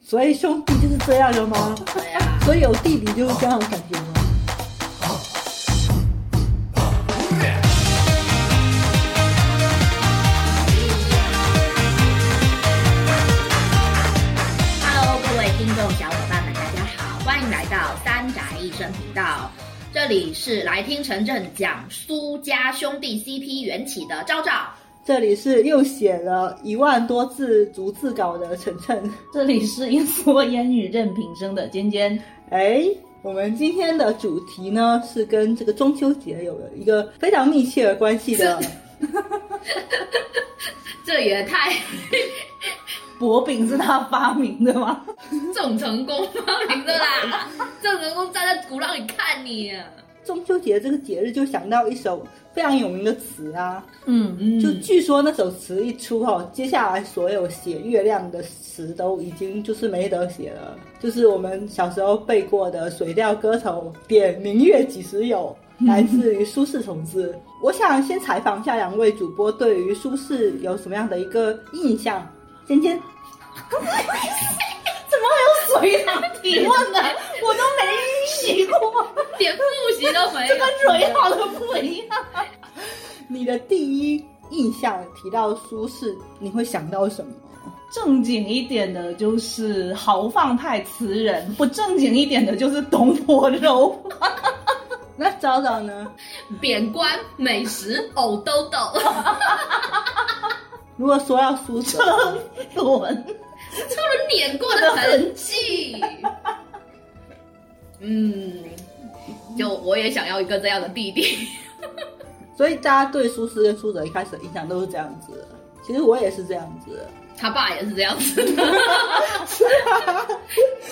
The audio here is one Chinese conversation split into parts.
所以兄弟就是这样，有吗？对呀，所以有弟弟就是这样的感觉吗？ Hello，各位听众小伙伴们，大家好，欢迎来到三宅一生频道。这里是来听陈正讲苏家兄弟 CP 缘起的昭昭，这里是又写了一万多字逐字稿的晨晨。这里是伊索烟雨任平生的尖尖，哎，我们今天的主题呢是跟这个中秋节有了一个非常密切的关系的这也太 薄饼是他发明的 吗？郑成功发明的啦！郑成功站在鼓浪屿看你，中秋节这个节日，就想到一首非常有名的词啊，嗯嗯，就据说那首词一出哈、接下来所有写月亮的词都已经就是没得写了，就是我们小时候背过的《水调歌头》“点明月几时有”，来自于苏轼同志。我想先采访一下两位主播，对于苏轼有什么样的一个印象？尖尖，怎么会有水塘提问呢？我都没习过， 连复习都没有。这跟水好的不一样。你的第一印象提到苏轼，你会想到什么？正经一点的就是豪放派词人，不正经一点的就是东坡肉。那昭昭呢？贬官、美食、藕兜 兜，如果说要苏轼，轮出了碾过的痕迹。嗯，就我也想要一个这样的弟弟。 所以大家对苏轼跟苏辙一开始的印象都是这样子的。其实我也是这样子的，他爸也是这样 子的，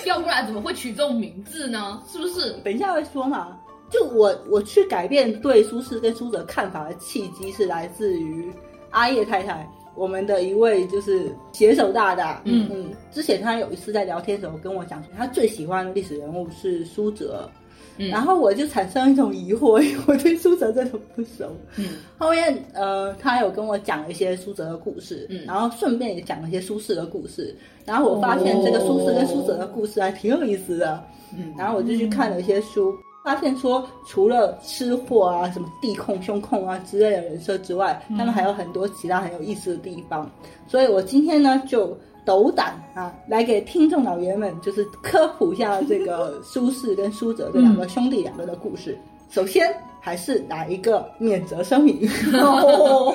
要不然怎么会取这种名字呢？是不是？等一下会说嘛。就我我去改变对苏轼跟苏辙看法的契机是来自于阿叶太太，我们的一位就是写手大大。嗯嗯，之前他有一次在聊天的时候跟我讲，他最喜欢的历史人物是苏辙。嗯然后我就产生一种疑惑，因为我对苏辙真的不熟。嗯，后面呃，他有跟我讲了一些苏辙的故事，嗯然后顺便也讲了一些苏轼的故事。然后我发现这个苏轼跟苏辙的故事还挺有意思的。嗯然后我就去看了一些书，发现说除了吃货啊、什么地控、胸控啊之类的人设之外，他们还有很多其他很有意思的地方。所以我今天呢就。斗胆啊，来给听众老爷们就是科普一下这个苏轼跟苏辙这两个兄弟两个的故事。首先还是打一个免责声明， 哦，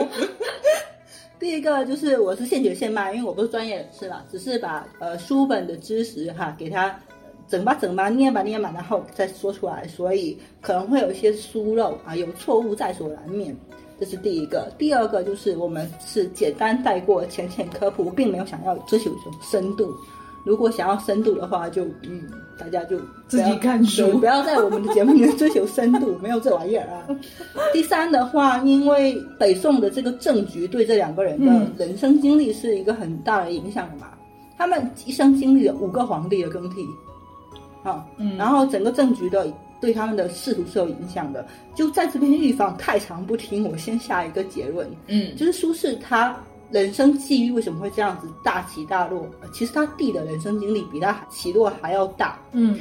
第一个就是我是现学现卖，因为我不是专业人士嘛，只是把呃书本的知识哈给它整吧整吧捏吧捏吧，然后再说出来，所以可能会有一些疏漏啊，有错误在所难免。这是第一个，第二个就是我们是简单带过、浅浅科普，并没有想要追求一种深度。如果想要深度的话就，嗯，大家就自己看书对不要在我们的节目里面追求深度，没有这玩意儿啊。第三的话，因为北宋的这个政局对这两个人的嗯人生经历是一个很大的影响的嘛，他们一生经历了五个皇帝的更替，啊，嗯然后整个政局的对他们的仕途是有影响的。就在这边预防太长不听，我先下一个结论，嗯，就是苏轼他人生际遇为什么会这样子大起大落？呃其实他弟的人生经历比他起落还要大，嗯，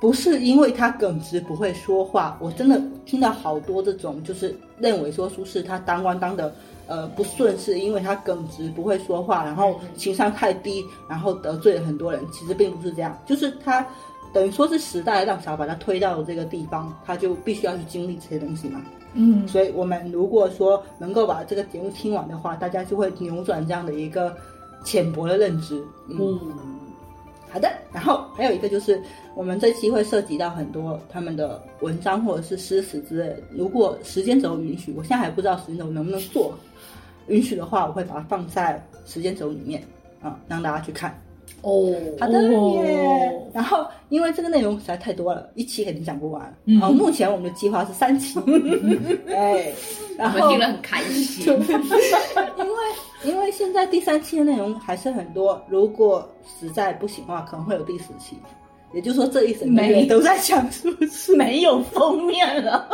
不是因为他耿直不会说话，我真的听到好多这种，就是认为说苏轼他当官当的呃不顺，是因为他耿直不会说话，然后情商太低，然后得罪了很多人。其实并不是这样，就是他等于说是时代的浪潮把他推到了这个地方，他就必须要去经历这些东西嘛。嗯，所以我们如果说能够把这个节目听完的话，大家就会扭转这样的一个浅薄的认知。嗯好的，然后还有一个就是，我们这期会涉及到很多他们的文章或者是诗词之类的。如果时间轴允许，我现在还不知道时间轴能不能做，允许的话，我会把它放在时间轴里面啊、让大家去看。哦，好的哦耶。然后因为这个内容实在太多了，一期肯定讲不完。嗯然后目前我们的计划是三 期，哎，然我后们听了很开心。因为因为现在第三期的内容还是很多，如果实在不行的话，可能会有第四期。也就是说，这一整个月没都在讲述是没有封面了。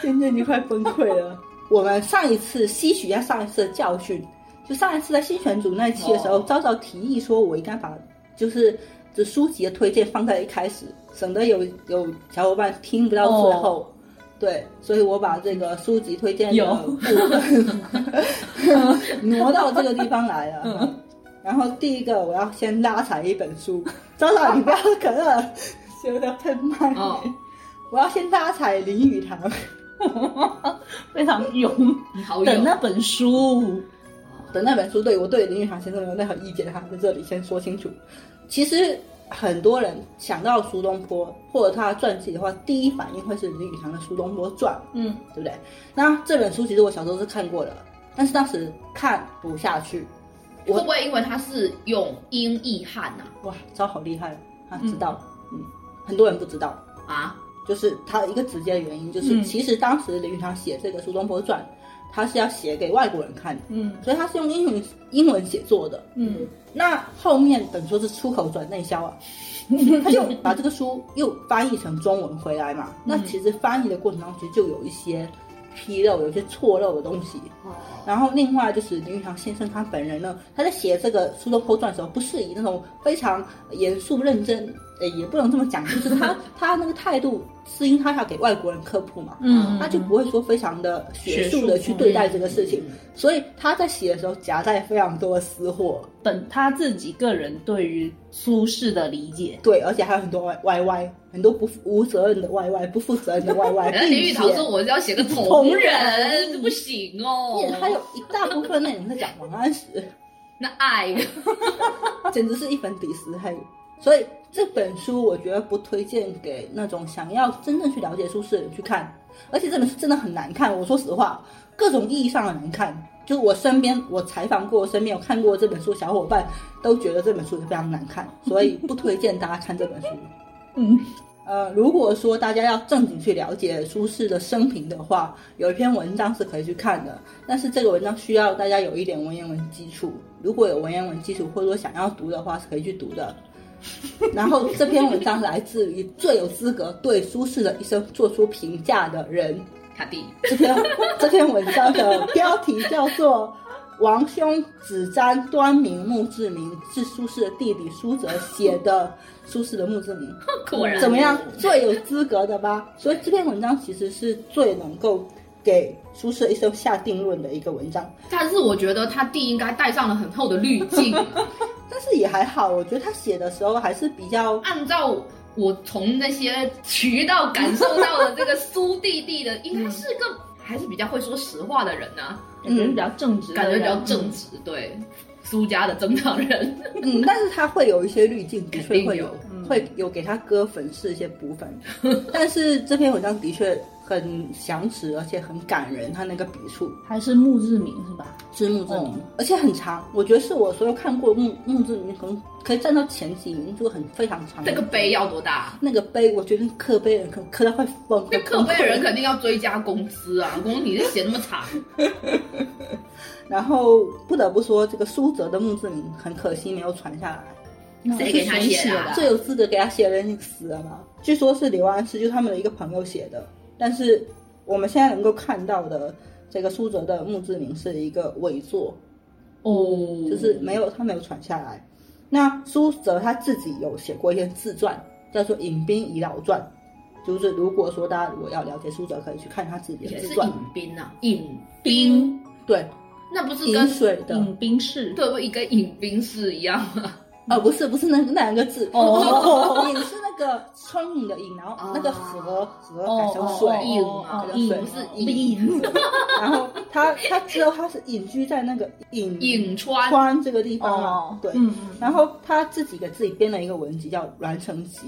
渐渐就快崩溃了。我们上一次吸取一下上一次的教训，就上一次在新选组那一期的时候，哦昭昭提议说，我应该把就是这书籍的推荐放在一开始，省得有有小伙伴听不到最哦后。对，所以我把这个书籍推荐的有部 分挪到这个地方来了。嗯 然后第一个，我要先拉踩一本书，昭昭你不要喝 可乐，有点喷麦。哦我要先拉踩林语堂。非常勇好的有那本书，的那本书，对我对林语堂先生没有任何意见哈，在这里先说清楚。其实很多人想到苏东坡或者他的传记的话，第一反应会是林语堂的《苏东坡传嗯》，对不对？那这本书其实我小时候是看过的，但是当时看不下去。会不会因为他是永英译汉呐？啊哇，招好厉害啊！知道了，嗯很多人不知道，啊，就是他的一个直接的原因，就是嗯其实当时林语堂写这个《苏东坡传》，他是要写给外国人看的，嗯所以他是用英文英文写作的。嗯，那后面等说是出口转内 销啊，他就把这个书又翻译成中文回来嘛。嗯那其实翻译的过程当中就有一些纰漏，有一些错漏的东西。哦，然后另外就是林语堂先生他本人呢，他在写这个《苏东坡传》的时候，不是以那种非常严肃认真，呃，也不能这么讲，就是 他他那个态度是因为他要给外国人科普嘛，嗯他就不会说非常的学术的学术嗯去对待这个事情，所以他在写的时候夹带非常多的私货。本他自己个人对于苏轼的理解，对，而且还有很多歪歪歪，很多不负无责任的歪歪，不负责任的歪 歪，人家林并语且堂说我是要写个同人，不行哦并且。还有一大部分内容在讲王安石，那爱，简直是一粉底石黑。所以这本书我觉得不推荐给那种想要真正去了解苏轼的人去看，而且这本书真的很难看。我说实话，各种意义上的难看。就是我身边，我采访过身边有看过这本书的小伙伴，都觉得这本书非常难看，所以不推荐大家看这本书。嗯呃，如果说大家要正经去了解苏轼的生平的话，有一篇文章是可以去看的，但是这个文章需要大家有一点文言文基础。如果有文言文基础，或者说想要读的话，是可以去读的。 然后这篇文章来自于最有资格对苏轼的一生做出评价的人。他弟，这篇 这篇文章的标题叫做《王兄只沾端明墓志铭》，是苏轼的弟弟苏辙写的苏轼的墓志铭。 果然怎么样？最有资格的吧？所以这篇文章其实是最能够给苏轼一生下定论的一个文章，但是我觉得他弟应该戴上了很厚的滤镜。 但是也还好，我觉得他写的时候还是比 较按照我从那些渠道感受到的这个苏弟弟的，应嗯该是个还是比较会说实话的人呐、感觉比较正直的感觉人，比较正直。对，苏家的正常人。嗯，但是他会有一些滤镜，的确会有肯，定有嗯会有给他割粉饰一些部 分，但是这篇文章的确很详实，而且很感人，他那个笔触。还是墓志铭是吧？是墓志铭，哦而且很长，我觉得是我所有看过墓墓志铭，可能可以站到前几名，就很非常 长。那个碑要多大？那个碑，我觉得刻碑人可能刻到快疯，快那刻崩碑溃人肯定要追加工资啊！工你是写那么 长，然后不得不说，这个苏辙的墓志铭很可惜没有传下来，谁给他写的啊那是谁最有资格给他写的人已经死了嘛。据说是刘安世，就是他们的一个朋友写的，但是我们现在能够看到的这个苏辙的墓志铭是一个伪作，哦就是没有他没有传下来。那苏辙他自己有写过一篇自传，叫做《引兵遗老传》，就是如果说大家如果要了解苏辙，可以去看他自己的也自是传。引兵啊，引兵对，那不是饮跟水的，引兵士，对不一跟引兵是一样吗？哦，不是，不是那那两个字，哦，饮是那个聪明的饮，然后那个河河改成哦水，哦引嘛哦这个引水不是引引，然后他他知道他是隐居在那个隐颍川川这个地方嘛哦，，对，嗯，然后他自己给自己编了一个文集叫《栾城集》，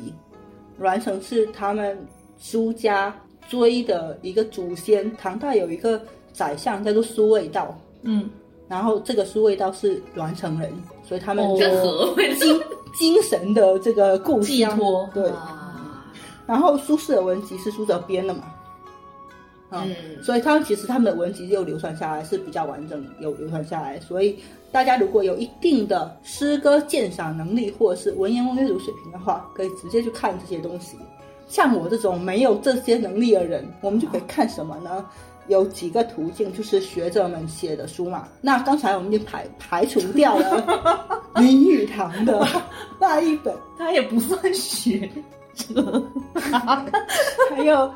栾城是他们苏家追的一个祖先，唐代有一个宰相叫做苏味道，嗯，然后这个苏味道是栾城人，所以他们哦就跟何为精精神的这个故寄乡。托对，啊？然后苏轼的文集是苏辙编的嘛，嗯，嗯，所以他们其实他们的文集又流传下来是比较完整，有流传下来。所以大家如果有一定的诗歌鉴赏能力或者是文言文阅读水平的话，可以直接去看这些东西。像我这种没有这些能力的人，我们就可以看什么呢？有几个途径，就是学者们写的书嘛。那刚才我们已经排排除掉了 林语堂的那一本，他也不算学者，还 有嗯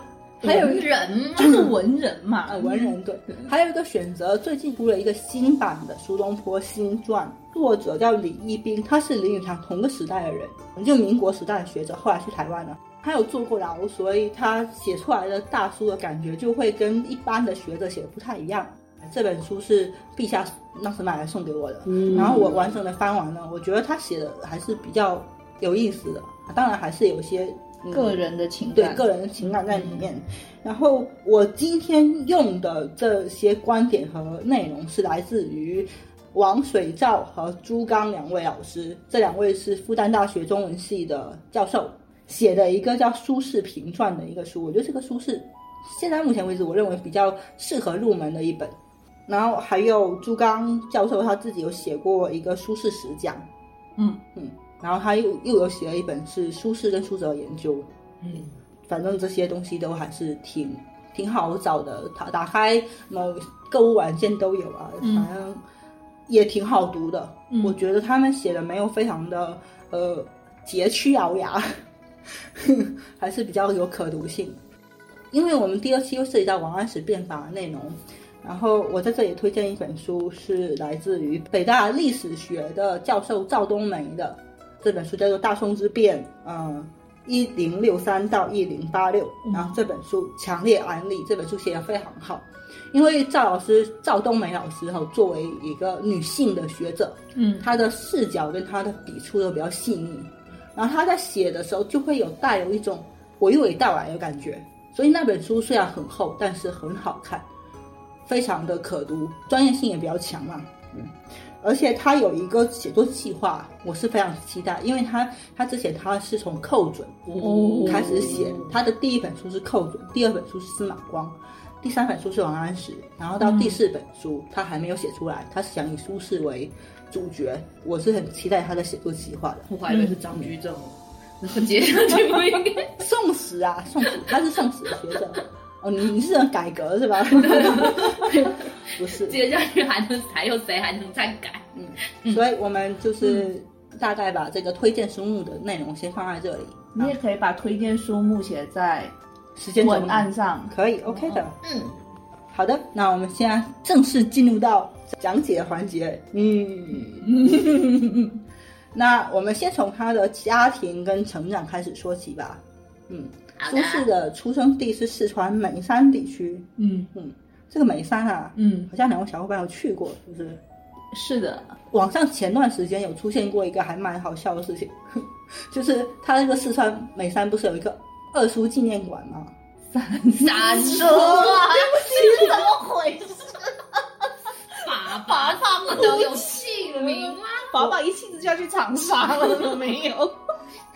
还有一个人他是文人嘛嗯呃，文人对，嗯还有一个选择最近出了一个新版的《苏东坡新传》，作者叫李一冰，他是林语堂同个时代的人，就民国时代的学者，后来去台湾了。他有坐过牢，所以他写出来的大书的感觉就会跟一般的学者写的不太一样。这本书是陛下当时买来送给我的，嗯然后我完整的翻完了，我觉得他写的还是比较有意思的，当然还是有一些、嗯个人的情对感，个人的情感在里面。然后我今天用的这些观点和内容是来自于王水照和朱刚两位老师，这两位是复旦大学中文系的教授写的一个叫《苏轼评传》的一个书。我觉得这个书是现在目前为止我认为比较适合入门的一本。然后还有朱刚教授他自己有写过一个《苏轼十讲》，嗯嗯，然后他又又有写了一本是苏轼跟苏辙研究，嗯反正这些东西都还是挺挺好找的，打打开某购物软件都有啊，嗯反正也挺好读的。嗯我觉得他们写的没有非常的呃佶屈咬牙， 还是比较有可读性。因为我们第二期又涉及到王安石变法的内容，然后我在这里推荐一本书，是来自于北大历史学的教授赵冬梅的这本书，叫做《大宋之变》，嗯，一零六三到一零八六。然后这本书强烈安利，这本书写的非常好，因为赵老师赵冬梅老师哈、作为一个女性的学者，嗯她的视角跟她的笔触都比较细腻，然后她在写的时候就会有带有一种娓娓道来的感觉，所以那本书虽然很厚，但是很好看，非常的可读，专业性也比较强嘛。嗯，而且他有一个写作计划，我是非常期待，因为他他之前他是从寇准哦开始写，他的第一本书是寇准，第二本书是司马光。第三本书是王安石，然后到第四本书、他还没有写出来，他是想以苏轼为主角，我是很期待他的写作计划的。我还以为是张居正嗯哦，然后接下去不应该。宋史啊，宋史，他是宋史的学者。哦，你你是想改革是吧？ 不是，接下去还能还有谁还能再改？所以我们嗯就是大概把这个推荐书目的内容先放在这里。啊你也可以把推荐书目写在时间轴文案哦上，可以，OK 的。嗯，好的，那我们现在正式进入到讲解环节。嗯， 那我们先从他的家庭跟成长开始说起吧。嗯，好苏轼的，的出生地是四川眉山地区。嗯这个眉山啊，嗯，好像两位小伙伴有去过，是不是？是的，网上前段时间有出现过一个还蛮好笑的事情， 就是他那个四川眉山不是有一个二叔纪念馆吗？三叔 啊，是怎么回事？ 爸爸他们都有姓名吗？爸爸一气之下去长沙了没有？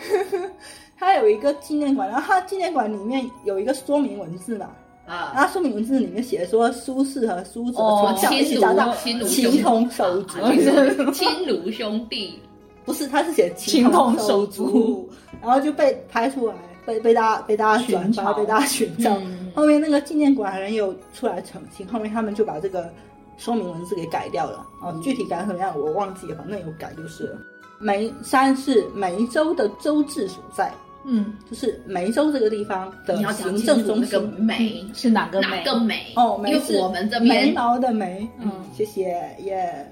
他有一个纪念馆，然后他纪念馆里面有一个说明文字嘛，啊，然后说明文字里面写说苏轼和苏辙哦从小一亲起如长大，亲如情兄啊同手足， 弟，亲如兄弟，不是，他是写情同同手足，然后就被拍出来，被被大家被大家转群发，嘲被大家寻找。嗯后面那个纪念馆人有出来澄清，后面他们就把这个说明文字给改掉了。哦，具体改成什么样我忘记了，反正有改就是了。眉山是眉州的州治所在，嗯，就是眉州这个地方的你要讲行清政楚中那个心。嗯眉是哪个哪美？个眉？哦，因眉是为我们这眉边毛的眉，嗯谢谢耶。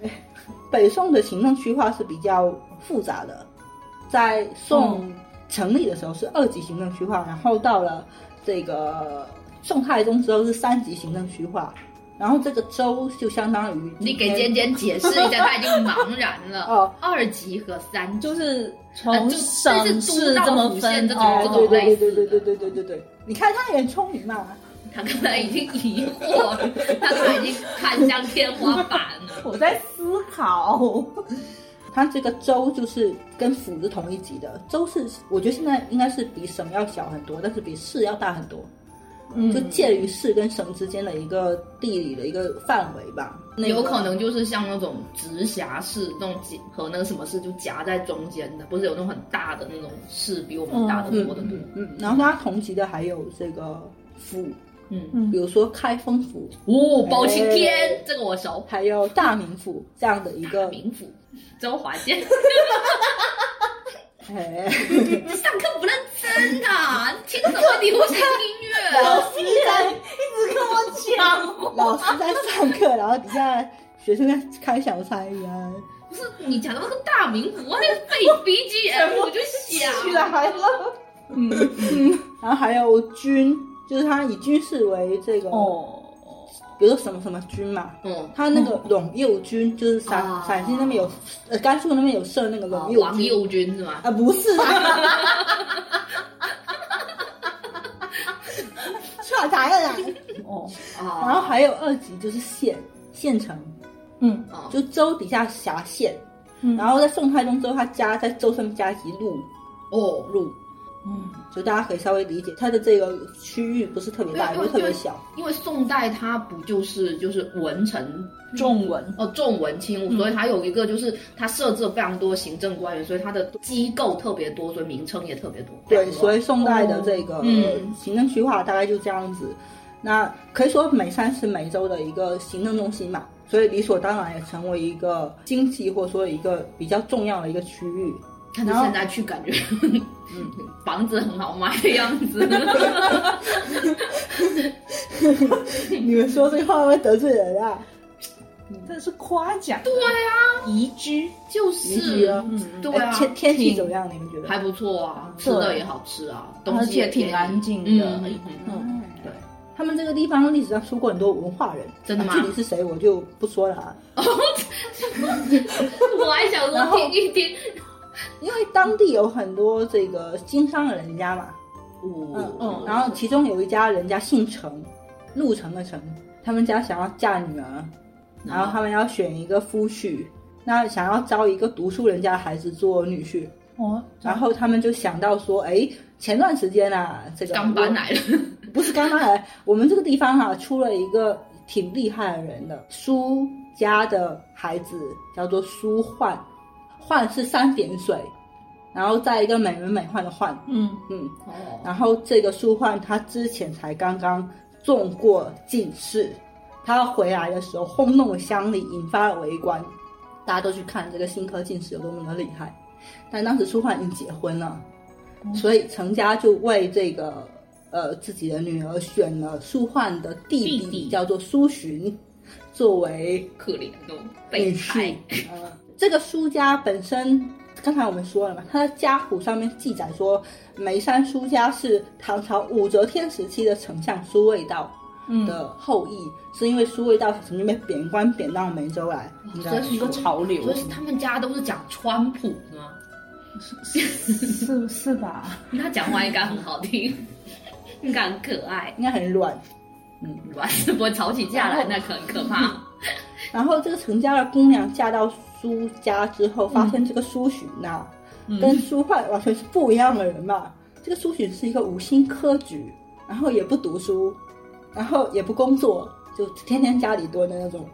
北宋的行政区划是比较复杂的，在宋嗯成立的时候是二级行政区划，然后到了这个宋太宗之后是三级行政区划，然后这个州就相当于你给今天尖尖解释一下，他已经茫然了。哦， 二级和三级就是呃就从这省是市都道这么府县分这种哎这对种哦，对类对似对对的对对对对对，你看他也很聪明嘛，他刚才已经疑惑了，他刚才已经看向天花板了。我在思 考，它这个州就是跟府是同一级的，州是我觉得现在应该是比省要小很多，但是比市要大很多，嗯就介于市跟省之间的一个地理的一个范围吧。 那个有可能就是像那种直辖市那种几和那个什么市就夹在中间的，不是有那种很大的那嗯嗯种市比我们大得多得多。嗯，然后它同级的还有这个府，嗯嗯比如说开封府，哦，包青哎天，这个我熟，还有大名府这样的一大个，名府，周华健，哎， 上课不认真啊，听什么流行音乐？啊 师在一直跟我讲话， 老师在上课，然后底下学生在开小差一样。不是你讲的那个大名府，我那个背 BGM 我就想， 起来了。嗯然后还有军，就是他以军事为这个，哦，比如说什么什么军嘛，嗯，他那个陇右军就是陕、哦陕西那边有，呃，甘肃那边有设那个哦陇右王军。佑军是吗？啊，不是 啊，错台了啦。哦，然后哦，还有二级就是县县城，嗯哦就州底下辖县。嗯然后在宋太宗之后，他加在州上面加一级路哦，路，嗯，就大家可以稍微理解，它的这个区域不是特别大，也因不为是特别小。因为宋代它不就是就是文臣中文哦重文轻武，嗯所以它有一个就是它设置了非常多行政官员，所以它的机构特别多，所以名称也特别多。对，所以宋代的这个、嗯行政区划大概就这样子。那可以说美山是梅州的一个行政中心嘛，所以理所当然也成为一个经济或者说一个比较重要的一个区域。但是现在去感觉，嗯， 房子很好买的样 子。你们说这话会不会得罪人啊？这是夸奖。对啊，宜居，就是宜居啊嗯，对啊哎，天天气挺怎么样？你们觉得？还不错啊，吃对的也好吃啊，东而西也且挺便宜安静的。哎嗯嗯嗯嗯，对，他们这个地方历史上出过很多文化人，真的吗啊具体是谁我就不说了啊，我还想然说后听一听，因为当地有很多这个经商的人家嘛，嗯嗯嗯然后其中有一家人家姓程，陆程的程，他们家想要嫁女儿，然后他们要选一个夫婿，那想要招一个读书人家的孩子做女婿，哦，然后他们就想到说，哎，前段时间啊，这个刚搬来的，不是刚刚 来，我们这个地方哈、出了一个挺厉害的人的，苏家的孩子叫做苏焕，焕是三点水，然后再一个美轮美奂的奂，嗯，嗯，哦，然后这个苏焕他之前才刚刚中过进士，他回来的时候轰动了乡里，引发了围观，大家都去看这个新科进士有多么的厉害。但当时苏焕已经结婚了，所以程家就为这个呃自己的女儿选了苏焕的弟弟弟叫做苏洵，作为可怜哦，备女婿胎，。 呃，这个苏家本身，刚才我们说了嘛，他的家谱上面记载说，眉山苏家是唐朝武则天时期的丞相苏味道嗯的后裔，是因为苏味道曾经被贬官贬到梅州来，应该所以是一个潮流，所以他们家都是讲川普是吗？是是吧？那他讲话应该很好听， 应该很可爱，应该很软。软 是不会吵起架来，那可很可怕。然后这个程家的姑娘嫁到苏家之后，发现这个苏洵呐、跟苏焕完全是不一样的人嘛。这个苏洵是一个无心科举，然后也不读书，然后也不工作，就天天家里蹲的那种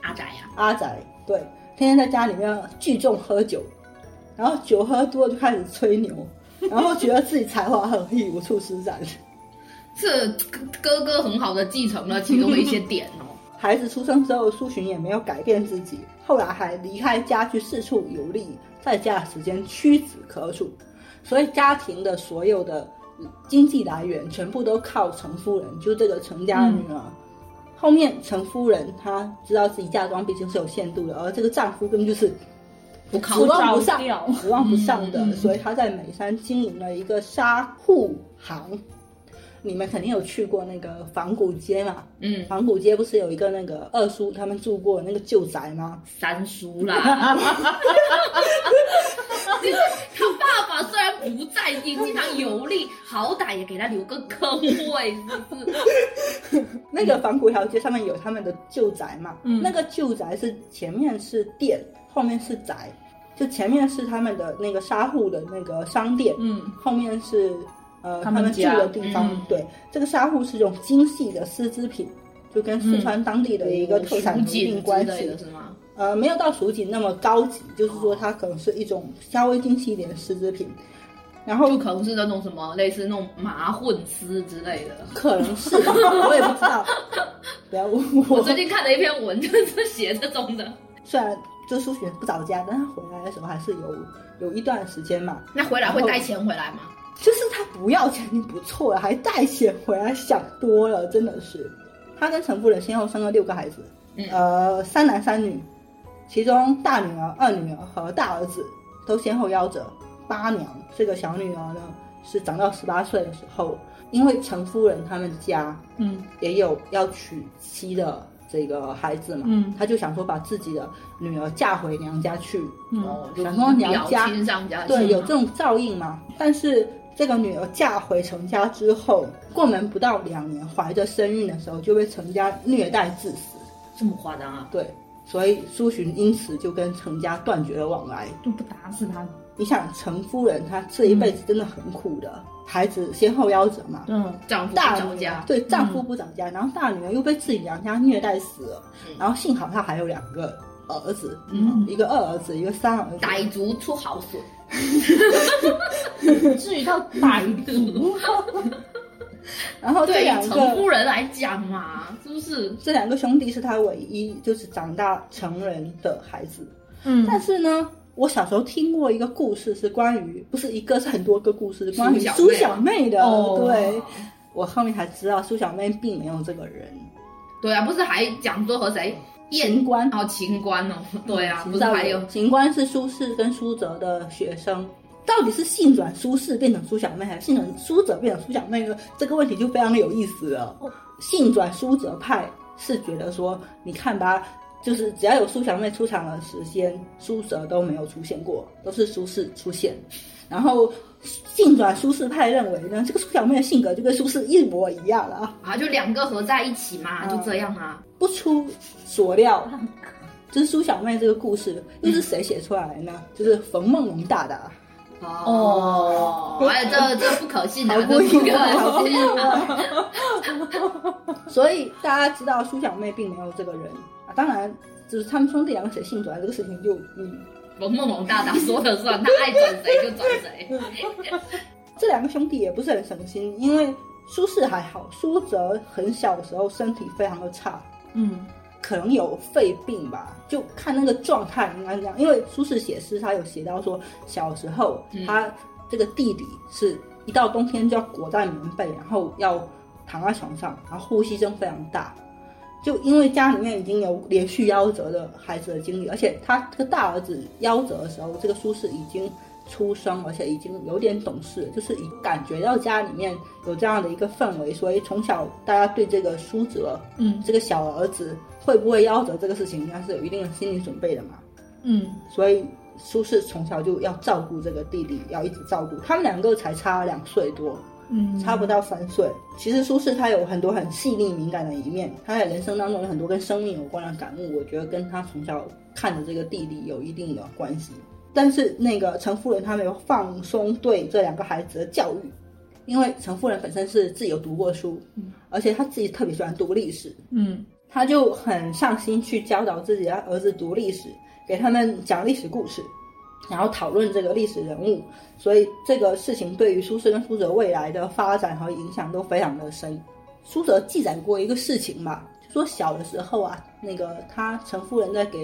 阿宅啊呀，阿宅，对，天天在家里面聚众喝酒，然后酒喝多了就开始吹牛，然后觉得自己才华横溢，无处施展。这哥哥很好的继承了其中的一些点哦。 孩子出生之后，苏洵也没有改变自己，后来还离开家去四处游历，在家的时间屈指可数，所以家庭的所有的嗯经济来源全部都靠程夫人，就是这个程家的女嗯儿。后面程夫人她知道自己嫁妆毕竟是有限度的，而这个丈夫根本就是不指靠我望不上高调，指 望不上的，嗯嗯所以她在眉山经营了一个纱户行。你们肯定有去过那个仿古街嘛？嗯，仿古街不是有一个那个二叔他们住过那个旧宅吗？三叔啦。他爸爸虽然不在地，经常游历，好歹也给他留个坑位，是不 是？那个仿古一条街上面有他们的旧宅嘛？嗯那个旧宅是前面是店，后面是宅，就前面是他们的那个沙户的那个商店，嗯后面是呃他他们们住家的地方。嗯对，这个沙户是一种精细的丝织品，就跟四川当地的一个特产有蜀一定锦关之类系。的是吗？呃，没有到蜀锦那么高级，就是说它可能是一种稍微精细一点的丝织品。然后就可能是那种什么类似那种麻混丝之类的。可 能是我也不知道，不要问我我。最近看了一篇文，就是写这种的。虽然就数学不着家，但他回来的时候还是有有一段时间嘛，那回来会带钱回来吗？就是他不要钱已经不错了，还带钱回来，想多了，真的是。他跟陈夫人先后生了六个孩子，嗯呃，三男三女，其中大女儿、二女儿和大儿子都先后夭折。八娘这个小女儿呢，是长到十八岁的时候，因为陈夫人他们家嗯也有要娶妻的这个孩子嘛，嗯他就想说把自己的女儿嫁回娘家去，嗯哦，就是想说娘表家亲上比较亲对，啊有嘛这种照应嘛。但是这个女儿嫁回陈家之后，过门不到两年，怀着身孕的时候就被陈家虐待致死。这么夸张啊？对，所以苏洵因此就跟陈家断绝了往来。就不打死他。你想，陈夫人她这一辈子真的很苦的，孩子先后夭折嘛。嗯，丈夫大不着女儿家，对丈夫不长家，然后大女儿又被自己娘家虐待死了，嗯然后幸好她还有两个呃儿子，嗯一个二儿子，一个三儿子，傣族出好笋，至于到傣族，然后这对于两个陈夫人来讲嘛，是不是？这两个兄弟是他唯一就是长大成人的孩子。嗯但是呢，我小时候听过一个故事，是关于不是一个，是很多个故事，苏关于小妹啊苏小妹的。哦对，我后面才知道苏小妹并没有这个人。对啊，不是还讲说和谁秦观哦，秦观哦， 对啊，秦不是少还爷有秦观是苏轼跟苏辙的学生。到底是性转苏轼变成苏小妹，还是性转苏辙变成苏小妹呢？这个问题就非常的有意思了。哦性转苏辙派是觉得说，你看吧，就是只要有苏小妹出场的时间，苏辙都没有出现过，都是苏轼出现。然后性转苏轼派认为呢，这个苏小妹的性格就跟苏轼一模一样了啊。啊，就两个合在一起嘛，嗯就这样啊。不出所料，就是苏小妹这个故事又是谁写出来的呢？就是冯梦龙大大，哦，哎，这这不可信啊，毫这不不可意外，毫不信意啊。外。所以大家知道苏小妹并没有这个人啊，当然就是他们兄弟两个谁性转这个事情就嗯，冯梦龙大大说了算，他爱转谁就转谁。这两个兄弟也不是很省心，因为苏轼还好，苏辙很小的时候身体非常的差，嗯可能有肺病吧，就看那个状态应该这样。因为苏轼写诗，他有写到说，小时候嗯他这个弟弟是一到冬天就要裹在棉被，然后要躺在床上，然后呼吸声非常大。就因为家里面已经有连续夭折的孩子的经历，而且他这个大儿子夭折的时候，这个苏轼已经出生，而且已经有点懂事了，就是已感觉到家里面有这样的一个氛围，所以从小大家对这个苏辙嗯这个小儿子会不会夭折这个事情，应该是有一定的心理准备的嘛。嗯，所以苏轼从小就要照顾这个弟弟，要一直照顾。他们两个才差两岁多，嗯差不到三岁。其实苏轼他有很多很细腻敏感的一面，他在人生当中有很多跟生命有关的感悟，我觉得跟他从小看的这个弟弟有一定的关系。但是那个陈夫人她没有放松对这两个孩子的教育，因为陈夫人本身是自己有读过书，而且她自己特别喜欢读历史，嗯他就很上心去教导自己的儿子读历史，给他们讲历史故事，然后讨论这个历史人物，所以这个事情对于苏轼跟苏辙未来的发展和影响都非常的深。苏辙记载过一个事情嘛，说小的时候啊，那个他陈夫人在给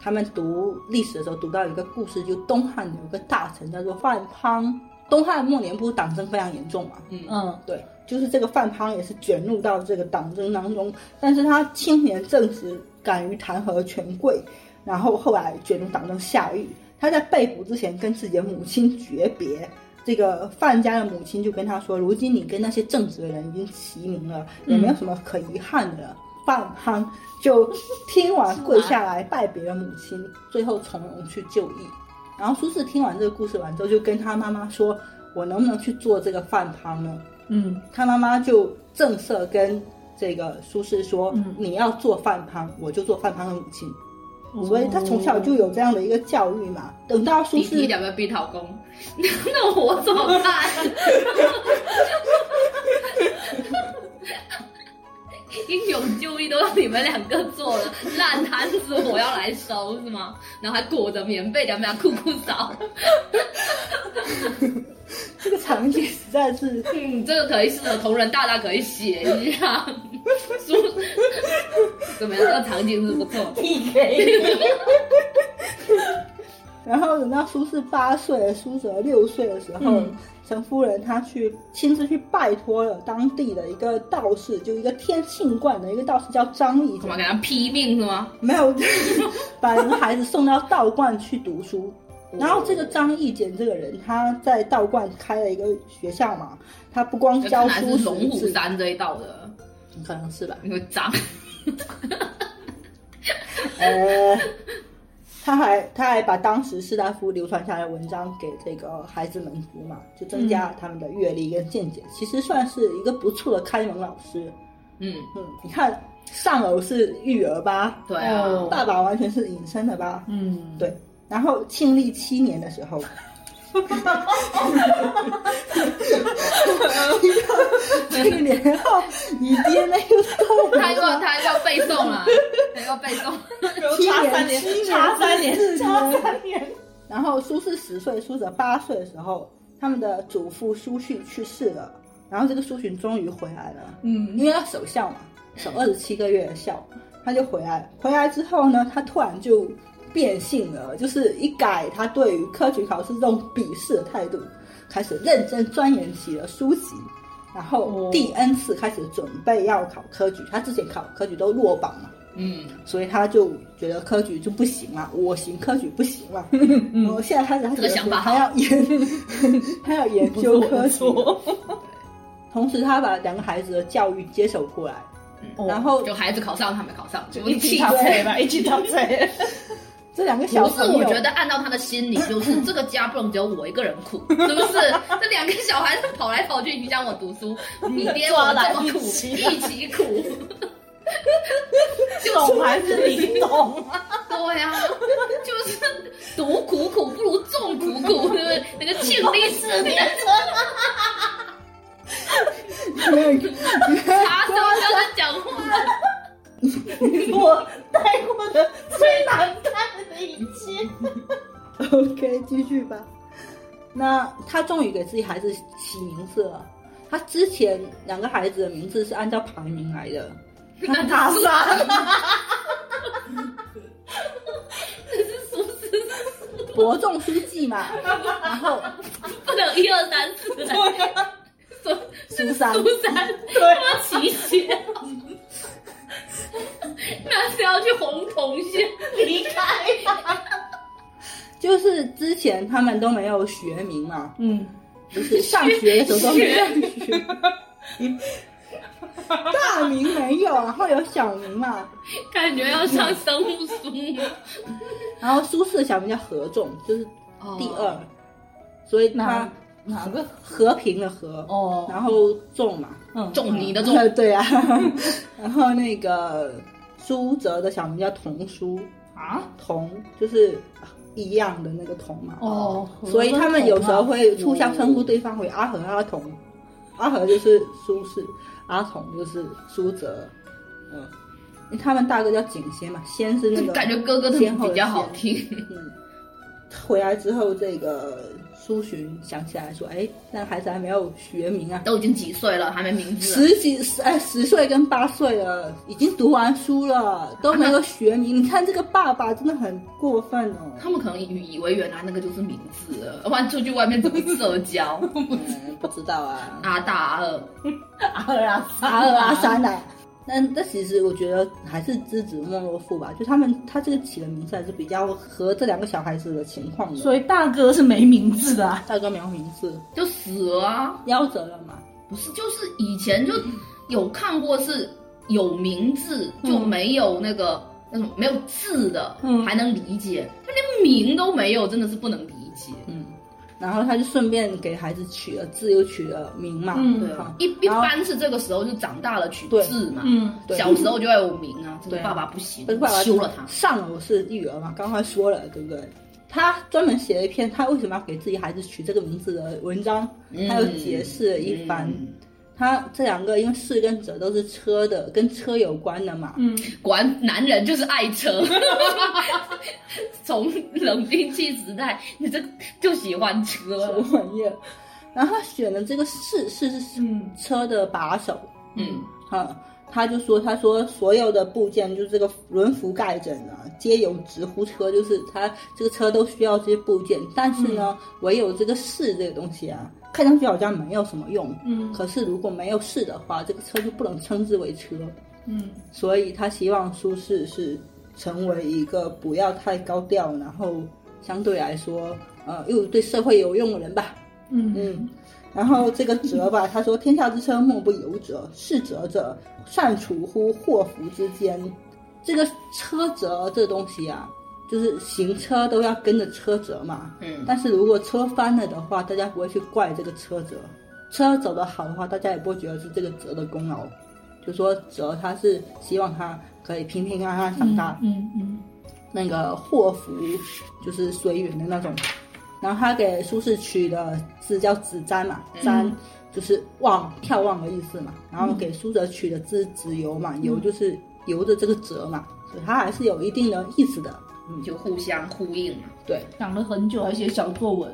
他们读历史的时候，读到一个故事，就东汉有个大臣叫做范滂。东汉末年不是党争非常严重嘛，嗯，嗯对，就是这个范滂也是卷入到这个党争当中，但是他清廉正直，敢于弹劾权贵，然后后来卷入党争下狱。他在被捕之前跟自己的母亲诀别，这个范家的母亲就跟他说：“如今你跟那些正直的人已经齐名了，也没有什么可遗憾的了。范滂就听完跪下来拜别了母亲，最后从容去就义。然后苏轼听完这个故事完之后，就跟他妈妈说：“我能不能去做这个范滂呢？”嗯他妈妈就正色跟这个苏轼说：“嗯你要做范滂，我就做范滂的母亲。”哦嗯，所以他从小就有这样的一个教育嘛。等到苏你你轼两个逼讨 公，那我怎么办？英勇就义都让你们两个做了，烂摊子我要来收是吗？然后还裹着棉被，两边裤裤扫。这场景实在是 嗯，这个可以适合同仁大大可以写一下，书怎么样？这个场景是不错。然后等到苏轼八岁，苏辙六岁的时候，嗯陈夫人她去亲自去拜托了当地的一个道士，就一个天庆观的一个道士叫张仪， 怎么给他批命是吗？没有把人孩子送到道观去读 书。然后这个张义简这个人，他在道观开了一个学校嘛，他不光这教看来书是龙识虎字，山这一道的，可能是吧，因为脏。呃，他还他还把当时士大夫流传下来的文章给这个孩子们读嘛，就增加他们的阅历跟见解，其实算是一个不错的开蒙老师。嗯，嗯，你看上偶是育儿吧，对啊，哦爸爸完全是隐身的吧，嗯，对。然后庆历七年的时候，这个年号你爹那个痛他又他又背诵了，他又背诵。七差年三年七年，差三年，四差年三年，然后苏轼十岁，苏辙八岁的时候，他们的祖父苏煦去世了，然后这个苏洵终于回来了，嗯因为要守孝嘛，守二十七个月的孝，他就回来了。回来之后呢，他突然就变性了，就是一改他对于科举考试这种鄙视的态度，开始认真钻研起了书籍。然后哦第 N 次开始准备要考科举，他之前考科举都落榜嘛，嗯，所以他就觉得科举就不行了，我行科举不行了。嗯我现在开始他这个想法还要研， 还要研究科学。错，同时，他把两个孩子的教育接手过来，哦然后就孩子考上，他没考上，就我一起气打死嘴吧，一起打嘴，这两个小不是，朋友，我觉得按照他的心理，就是这个家不能只有我一个人苦，是不是？这两个小孩子跑来跑去影响我读书，你爹我这么苦，抓来一起一起苦，懂还是你懂？对呀、就是独苦苦不如众苦苦，对不对？那个庆历四年，查生不要再讲话了，我带过的最难看的一期。 OK，继续吧。那他终于给自己孩子起名字了。他之前两个孩子的名字是按照排名来的，那打杀， 伯仲叔季嘛，然后不能一二三四来，说苏三，苏三，对他奇邪， 那是要去红铜县离开。就是之前他们都没有学名嘛，嗯，就是上学的时候都没有学， 大名没有，然后有小名嘛，感觉要上生物书然后苏轼的小名叫和仲，就是哦第二，所以他哪哪个？和平的和，哦，然后仲嘛，嗯，仲尼的仲，呃， 对啊，然后那个苏辙的小名叫童书，啊，童就是一样的那个童嘛，哦，所以他们有时候会互相称呼对方为阿和阿童，阿和就是苏轼，阿童就是苏辙，嗯，因为他们大哥叫景仙嘛，仙是那就个感觉哥哥的嗯先后比的较好先听。嗯，回来之后这个苏洵想起来说，哎，那孩子还没有学名啊，都已经几岁了，还没名字了，十几十哎十岁跟八岁了，已经读完书了，都没有学名。你看这个爸爸真的很过分哦。他们可能以以为原来那个就是名字 了，要不然出去外面怎么社 交？嗯， 不知道 啊，阿大阿二，阿尔阿三阿二阿，三啊。但但其实我觉得还是知子莫若父吧，就他们他这个起的名字还是比较合这两个小孩子的情况的。所以大哥是没名字的啊。大哥没有名字，就死了啊！夭折了嘛。不是，就是以前就嗯有看过是有名字就没有那个那什么没有字的，嗯还能理解，他连名都没有，真的是不能理解。嗯，然后他就顺便给孩子取了字，又取了名嘛。嗯对好啊，一一然后般是这个时候就长大了取对字嘛，嗯，对小时候就要有名啊，这个对啊爸爸不行不是爸，爸休了他。上偶是育儿嘛，刚刚说了，对不对？他专门写了一篇他为什么要给自己孩子取这个名字的文章，嗯他又解释了一番。嗯他这两个因为是跟者都是车的，跟车有关的嘛。嗯，果然男人就是爱车， 从冷兵器时代，你这就喜欢车什了。嗯么玩意儿？然后他选了这个试试是嗯车的把手，嗯，啊，他就说，他说所有的部件，就是这个轮辐盖枕啊，皆有直呼车，就是他这个车都需要这些部件，但是呢，唯有这个试这个东西啊，看上去好像没有什么用，嗯可是如果没有试的话，这个车就不能称之为车，嗯所以他希望舒适是成为一个不要太高调，然后相对来说，呃，又对社会有用的人吧，嗯嗯，然后这个折吧，他说：“天下之车，莫不由折，是折者，善处乎祸福之间。”这个车辙这东西啊，就是行车都要跟着车辙嘛。嗯但是如果车翻了的话，大家不会去怪这个车辙；车走得好的话，大家也不会觉得是这个辙的功劳。就说辙，他是希望他可以平平安安长大，嗯嗯那个祸福就是随缘的那种。然后他给苏轼取的字叫“子瞻”嘛，“瞻”就是望眺望的意思嘛。然后给苏辙取的字“子游”嘛，“游”就是游着这个辙嘛，所以它还是有一定的意思的。嗯，就互相呼应嘛。对。想了很久，还写小作文，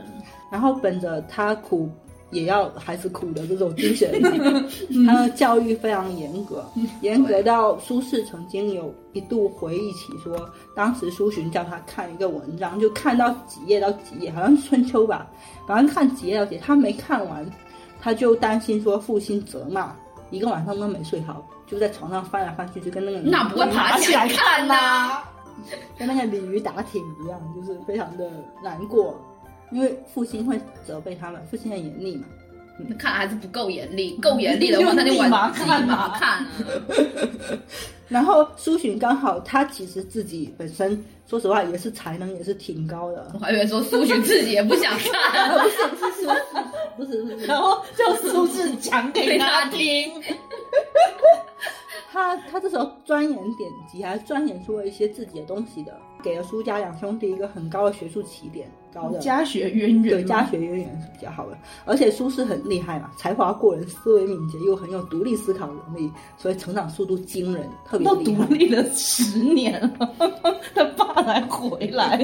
然后本着他苦也要孩子苦的这种 精神，嗯他的教育非常严格，嗯严格到苏轼曾经有一度回忆起说，当时苏洵叫他看一个文章，就看到几页到几页，好像是春秋吧，反正看几页到几页，他没看完，他就担心说父亲责骂，一个晚上都没睡好，就在床上翻来翻去，就跟那个那不会爬起来看呐、跟那个鲤鱼打挺一样，就是非常的难过，因为父亲会责备他们，父亲很严厉嘛。那看来还是不够严厉，够严厉的 话，那就立晚上马看啊立马看啊。然后苏洵刚好他其实自己本身说实话也是才能也是挺高的 我，还以为说苏洵自己也不想看， 不是不是，然后就苏轼讲给他听，他他这时候钻研典籍，还钻研出了一些自己的东西的，给了苏家两兄弟一个很高的学术起点，高的家学渊源啊对嘛，家学渊源是比较好的，而且苏轼很厉害嘛，才华过人，思维敏捷，又很有独立思考能力，所以成长速度惊人，特别都厉独害。立了十年了， 他爸才回来，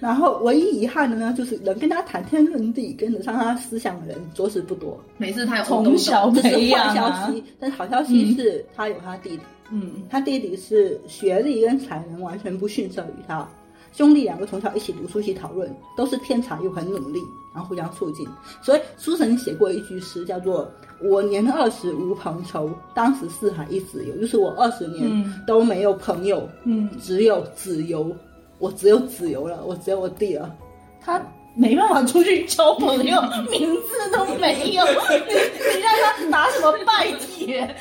然后唯一遗憾的呢，就是能跟他谈天论地、跟得上他思想的人着实不多。每次他有从小这是培坏养消啊，息，但好消息是他有他弟弟，嗯他弟弟是学历跟才能完全不逊色于他。兄弟两个从小一起读书，一起讨论，都是天才又很努力，然后互相促进。所以苏神写过一句诗，叫做“我年二十无朋愁，当时四海一子游”，就是我二十年嗯都没有朋友，嗯，只有子游，我只有子游了，我只有我弟了。他。没办法出去交朋友，名字都没有，你你让他拿什么拜帖？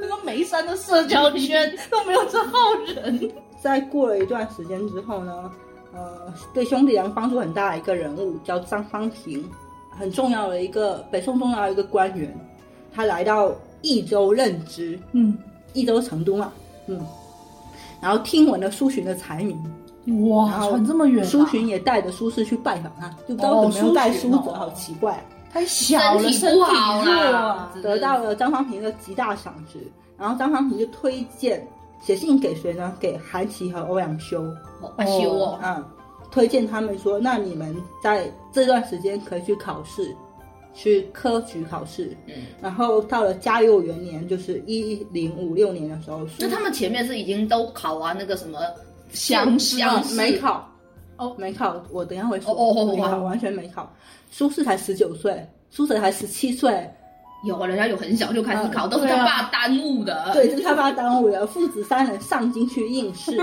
那个眉山的社交圈都没有这号人，在过了一段时间之后呢，呃，对兄弟俩帮助很大的一个人物叫张方平，很重要的一个北宋重要的一个官员，他来到益州任职，嗯，益州成都嘛，嗯，然后听闻了苏洵的才名，哇，然后传这么远啊、苏洵也带着苏轼去拜访他，就不知道怎么样带苏辙，好奇怪啊、太小了，身体不好身体弱啦啊，只嗯是得到了张方平的极大赏识，然后张方平就推荐写信给谁呢？给韩琦和欧阳修。哦把修哦，嗯，推荐他们说，那你们在这段时间可以去考试，去科举考试。嗯，然后到了嘉佑元年，就是一零五六年的时候，那他们前面是已经都考啊完那个什么？详实详苏没考，哦没考，我等一下会说，哦哦哦没考，哦完全没考。苏轼才十九岁，苏辙才十七岁，有啊，人家有很小就开始考，嗯都是对他爸啊耽误的。呃对，这是他爸耽误了，父子三人上京去应 试。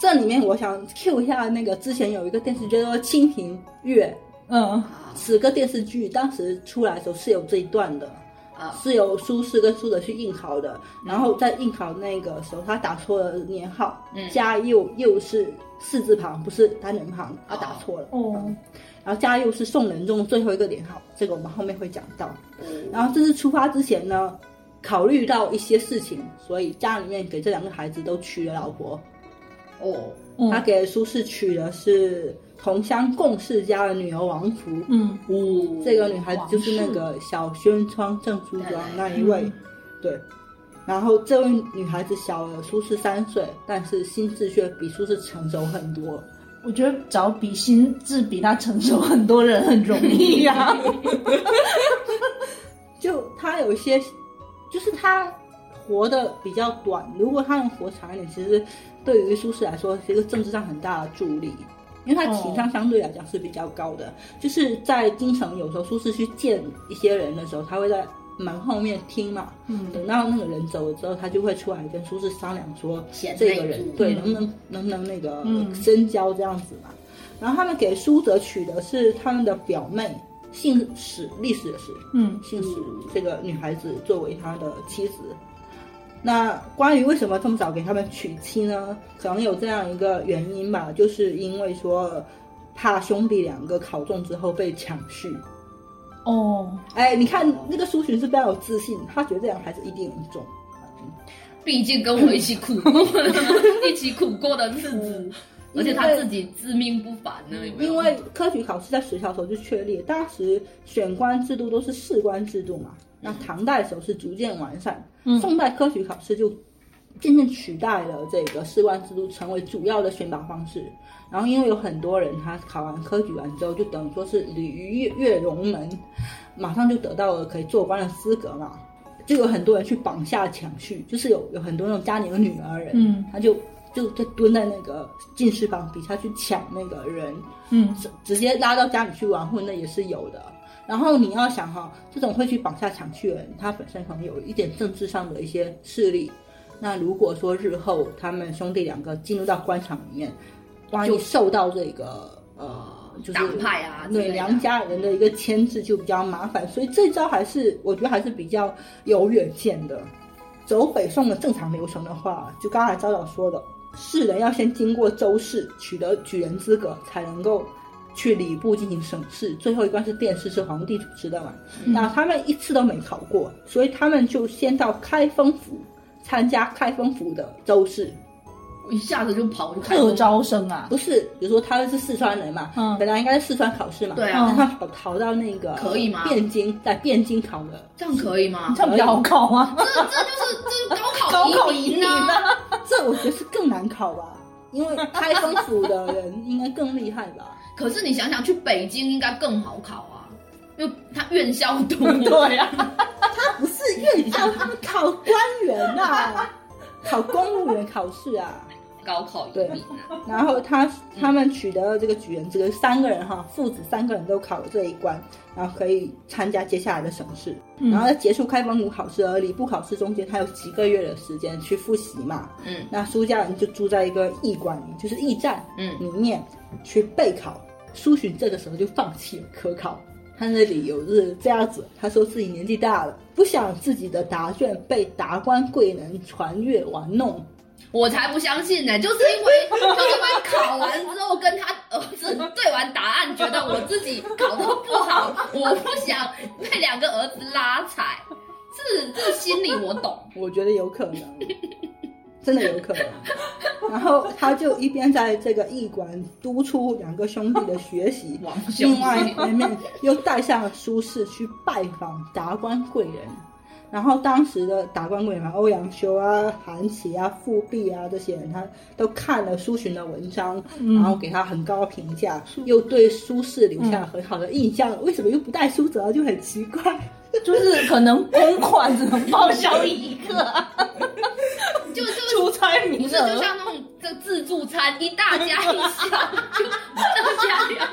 这里面我想 Q 一下那个之前有一个电视剧叫做《清平乐》，嗯，啊此个电视剧当时出来的时候是有这一段的，啊是由苏轼跟苏辙去应考的。然后在应考那个时候，他打错了年号，嗯嘉佑又是四字旁，不是单人旁，啊他打错了。哦，然后嘉佑是宋仁宗最后一个年号，这个我们后面会讲到。然后这次出发之前呢，考虑到一些事情，所以家里面给这两个孩子都娶了老婆。哦，嗯他给苏轼娶的是同乡共事家的女儿王弗。嗯哦，这个女孩子就是那个小轩窗郑书庄那一位嗯，对。然后这位女孩子小了苏轼三岁，但是心智却比苏轼成熟很多。我觉得找比心智比他成熟很多人很容易啊呀、就他有一些，就是他活的比较短，如果他能活长一点，其实对于苏轼来说是一个政治上很大的助力，因为他情商相对来讲是比较高的。就是在京城，有时候苏轼去见一些人的时候，他会在门后面听嘛，嗯，等到那个人走了之后，他就会出来跟苏轼商量说，贤这内个人助，对嗯能不能能不能那个嗯深交这样子嘛。然后他们给苏辙娶的是他们的表妹，姓史，历史的史， 嗯姓史这个女孩子作为他的妻子。那关于为什么这么早给他们娶妻呢？可能有这样一个原因吧，就是因为说怕兄弟两个考中之后被抢去。哦，哎，你看那个苏洵是非常有自信，他觉得这两个孩子一定能中。毕竟跟我一起苦 过的，一起苦过的日子，而且他自己自命不凡呢，有没有嗯因为科举考试在隋朝的时候就确立，当时选官制度都是士官制度嘛。那唐代的时候是逐渐完善，嗯宋代科举考试就渐渐取代了这个士官制度，成为主要的选拔方式。然后因为有很多人他考完科举完之后，就等于说是鲤鱼跃跃龙门，马上就得到了可以做官的资格嘛。就有很多人去绑架抢婿，就是有有很多那种家里有女儿人，嗯他就就就蹲在那个进士房底下去抢那个人，嗯直直接拉到家里去完婚的也是有的。然后你要想哈、这种会去绑架抢去的人，他本身可能有一点政治上的一些势力。那如果说日后他们兄弟两个进入到官场里面，万一受到这个呃，就是党派啊之类对的梁家人的一个牵制，就比较麻烦。所以这招还是我觉得还是比较有远见的。走北宋的正常流程的话，就刚才早早说的，士人要先经过州试，取得举人资格，才能够去礼部进行省试。最后一关是殿试，是皇帝主持的嘛。嗯那他们一次都没考过，所以他们就先到开封府参加开封府的州试。我一下子就跑就开特始招生啊，不是，比如说他是四川人嘛，嗯本来应该是四川考试嘛，对啊但他跑逃到那个可以吗汴京，在汴京考的，这样可以吗？这样比较好考 啊，这这就是这 就是高高考考移移民民啊！啊，这我觉得是更难考吧，因为开封府的人应该更厉害吧。可是你想想，去北京应该更好考啊，因为他院校 多。对呀、不是院校，他们考官员呐、考公务员考试啊。高考移民啊，然后他他们取得了这个举人资格，三个人哈，父子三个人都考了这一关，然后可以参加接下来的省试。嗯然后在结束开封府考试和礼部考试中间，他有几个月的时间去复习嘛。嗯那苏家人就住在一个驿馆里，就是驿站嗯，里面去备考。苏洵这个时候就放弃了科考，他的理由是这样子：他说自己年纪大了，不想自己的答卷被达官贵人传阅玩弄。我才不相信呢、就是因为 就是因为考完之后跟他儿子对完答案，觉得我自己考得不好，我不想被两个儿子拉踩，是这心理我懂。我觉得有可能，真的有可能。然后他就一边在这个驿馆督促两个兄弟的学 习，王兄另外一方面又带上了苏轼去拜访达官贵人。然后当时的达官贵人，欧阳修啊、韩琦啊、富弼啊这些人，他都看了苏洵的文章，然后给他很高的评价，又对苏轼留下了很好的印象。为什么又不带苏辙，就很奇怪。就是可能公款只能报销一个、啊，就就出差名不是，就额。像那种这自助餐，一大家 一小，就大家两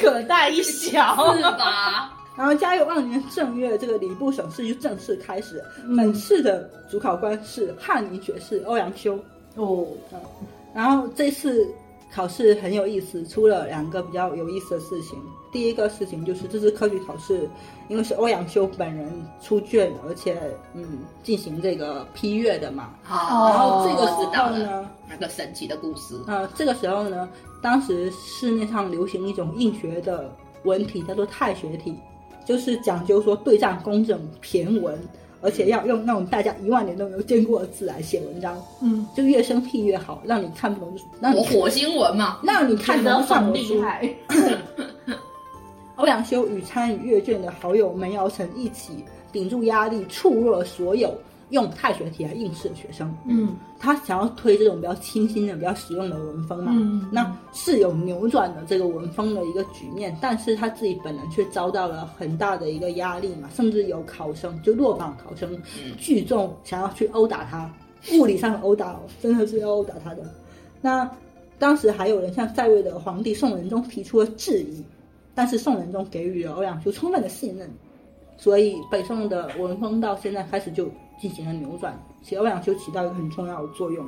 可大一小，是吧？然后嘉佑二年正月，这个礼部省试就正式开始了。本次的主考官是翰林学士欧阳修。哦，然后这次考试很有意思，出了两个比较有意思的事情。第一个事情就是这次科举考试，因为是欧阳修本人出卷，而且嗯进行这个批阅的嘛。哦好然后这个我知时道候了，呢，那个神奇的故事，呃，这个时候呢，当时市面上流行一种硬学的文体，叫做太学体，就是讲究说对仗工整、骈文，而且要用那种大家一万年都没有见过的字来写文章，嗯，就越生僻越好，让你看不懂，让我你火星文嘛，让你看看不得懂上很我厉书。害。欧阳修与参与阅卷的好友梅尧臣一起顶住压力，触弱了所有用太学题来应试的学生，嗯他想要推这种比较清新的、比较实用的文风嘛，嗯那是有扭转的这个文风的一个局面，但是他自己本人却遭到了很大的一个压力嘛，甚至有考生就落榜考生聚众想要去殴打他，物理上的殴打哦，真的是要殴打他的。那当时还有人向在位的皇帝宋仁宗提出了质疑，但是宋仁宗给予了欧阳修充分的信任，所以北宋的文风到现在开始就进行了扭转，其实欧阳修起到一个很重要的作用。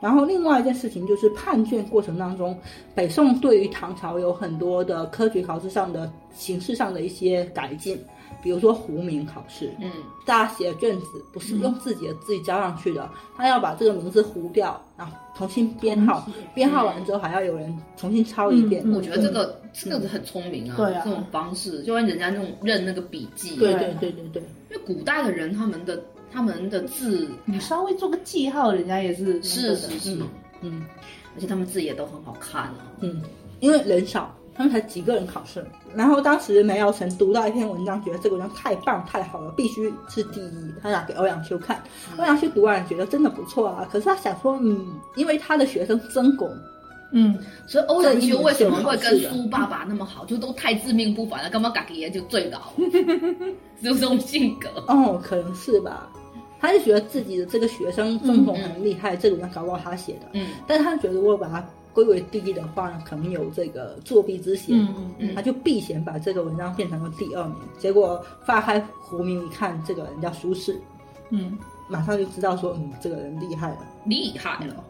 然后另外一件事情就是判卷过程当中，北宋对于唐朝有很多的科举考试上的形式上的一些改进，比如说胡名考试，嗯，大家写卷子不是用自己的字交上去的，他要把这个名字糊掉，然后重新编号，编号完之后还要有人重新抄一遍。嗯嗯我觉得这个这个很聪明啊，对啊这种方式就让人家那种认那个笔记，啊对对对对对，因为古代的人他们的他们的字你稍微做个记号，人家也是是是是，嗯嗯而且他们字也都很好看啊。嗯，因为人少，他们才几个人考试。然后当时梅尧臣读到一篇文章，觉得这个文章太棒太好了，必须是第一，他拿给欧阳修看。嗯欧阳修读完觉得真的不错啊，可是他想说，嗯，因为他的学生曾巩嗯，所以欧阳修为什么会这跟一点是有好处苏爸爸那么好，就都太自命不凡了，干嘛给爷就最高，就 这种性格。哦，可能是吧。他就觉得自己的这个学生中孔很厉害，这个文章搞不好他写的，嗯，但是他觉得如果把它归为第一的话，可能有这个作弊之嫌，嗯嗯他就避嫌把这个文章变成了第二名。结果发开胡名一看，这个人叫苏轼，嗯马上就知道说，嗯，这个人厉害了。厉害了。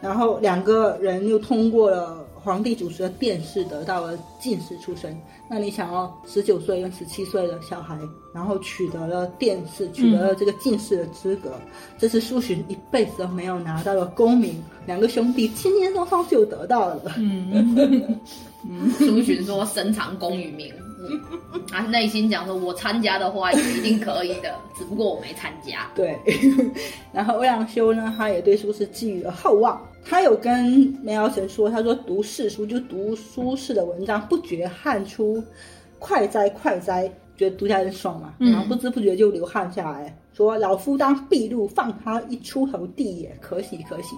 然后两个人又通过了皇帝主持的殿试，得到了进士出身。那你想哦，十九岁跟十七岁的小孩，然后取得了殿试，取得了这个进士的资格，这是苏洵一辈子都没有拿到的功名。两个兄弟轻轻松松就得到了。嗯，苏洵说深藏功与名，嗯他内心讲说，我参加的话也一定可以的，只不过我没参加。对， 然后欧阳修呢，他也对苏轼寄予了厚望。他有跟梅尧臣说，他说读世书就读苏轼的文章，不觉汗出，快哉快哉，觉得读起来很爽嘛，嗯然后不知不觉就流汗下来，说老夫当筚路，放他一出头地也，可喜可喜。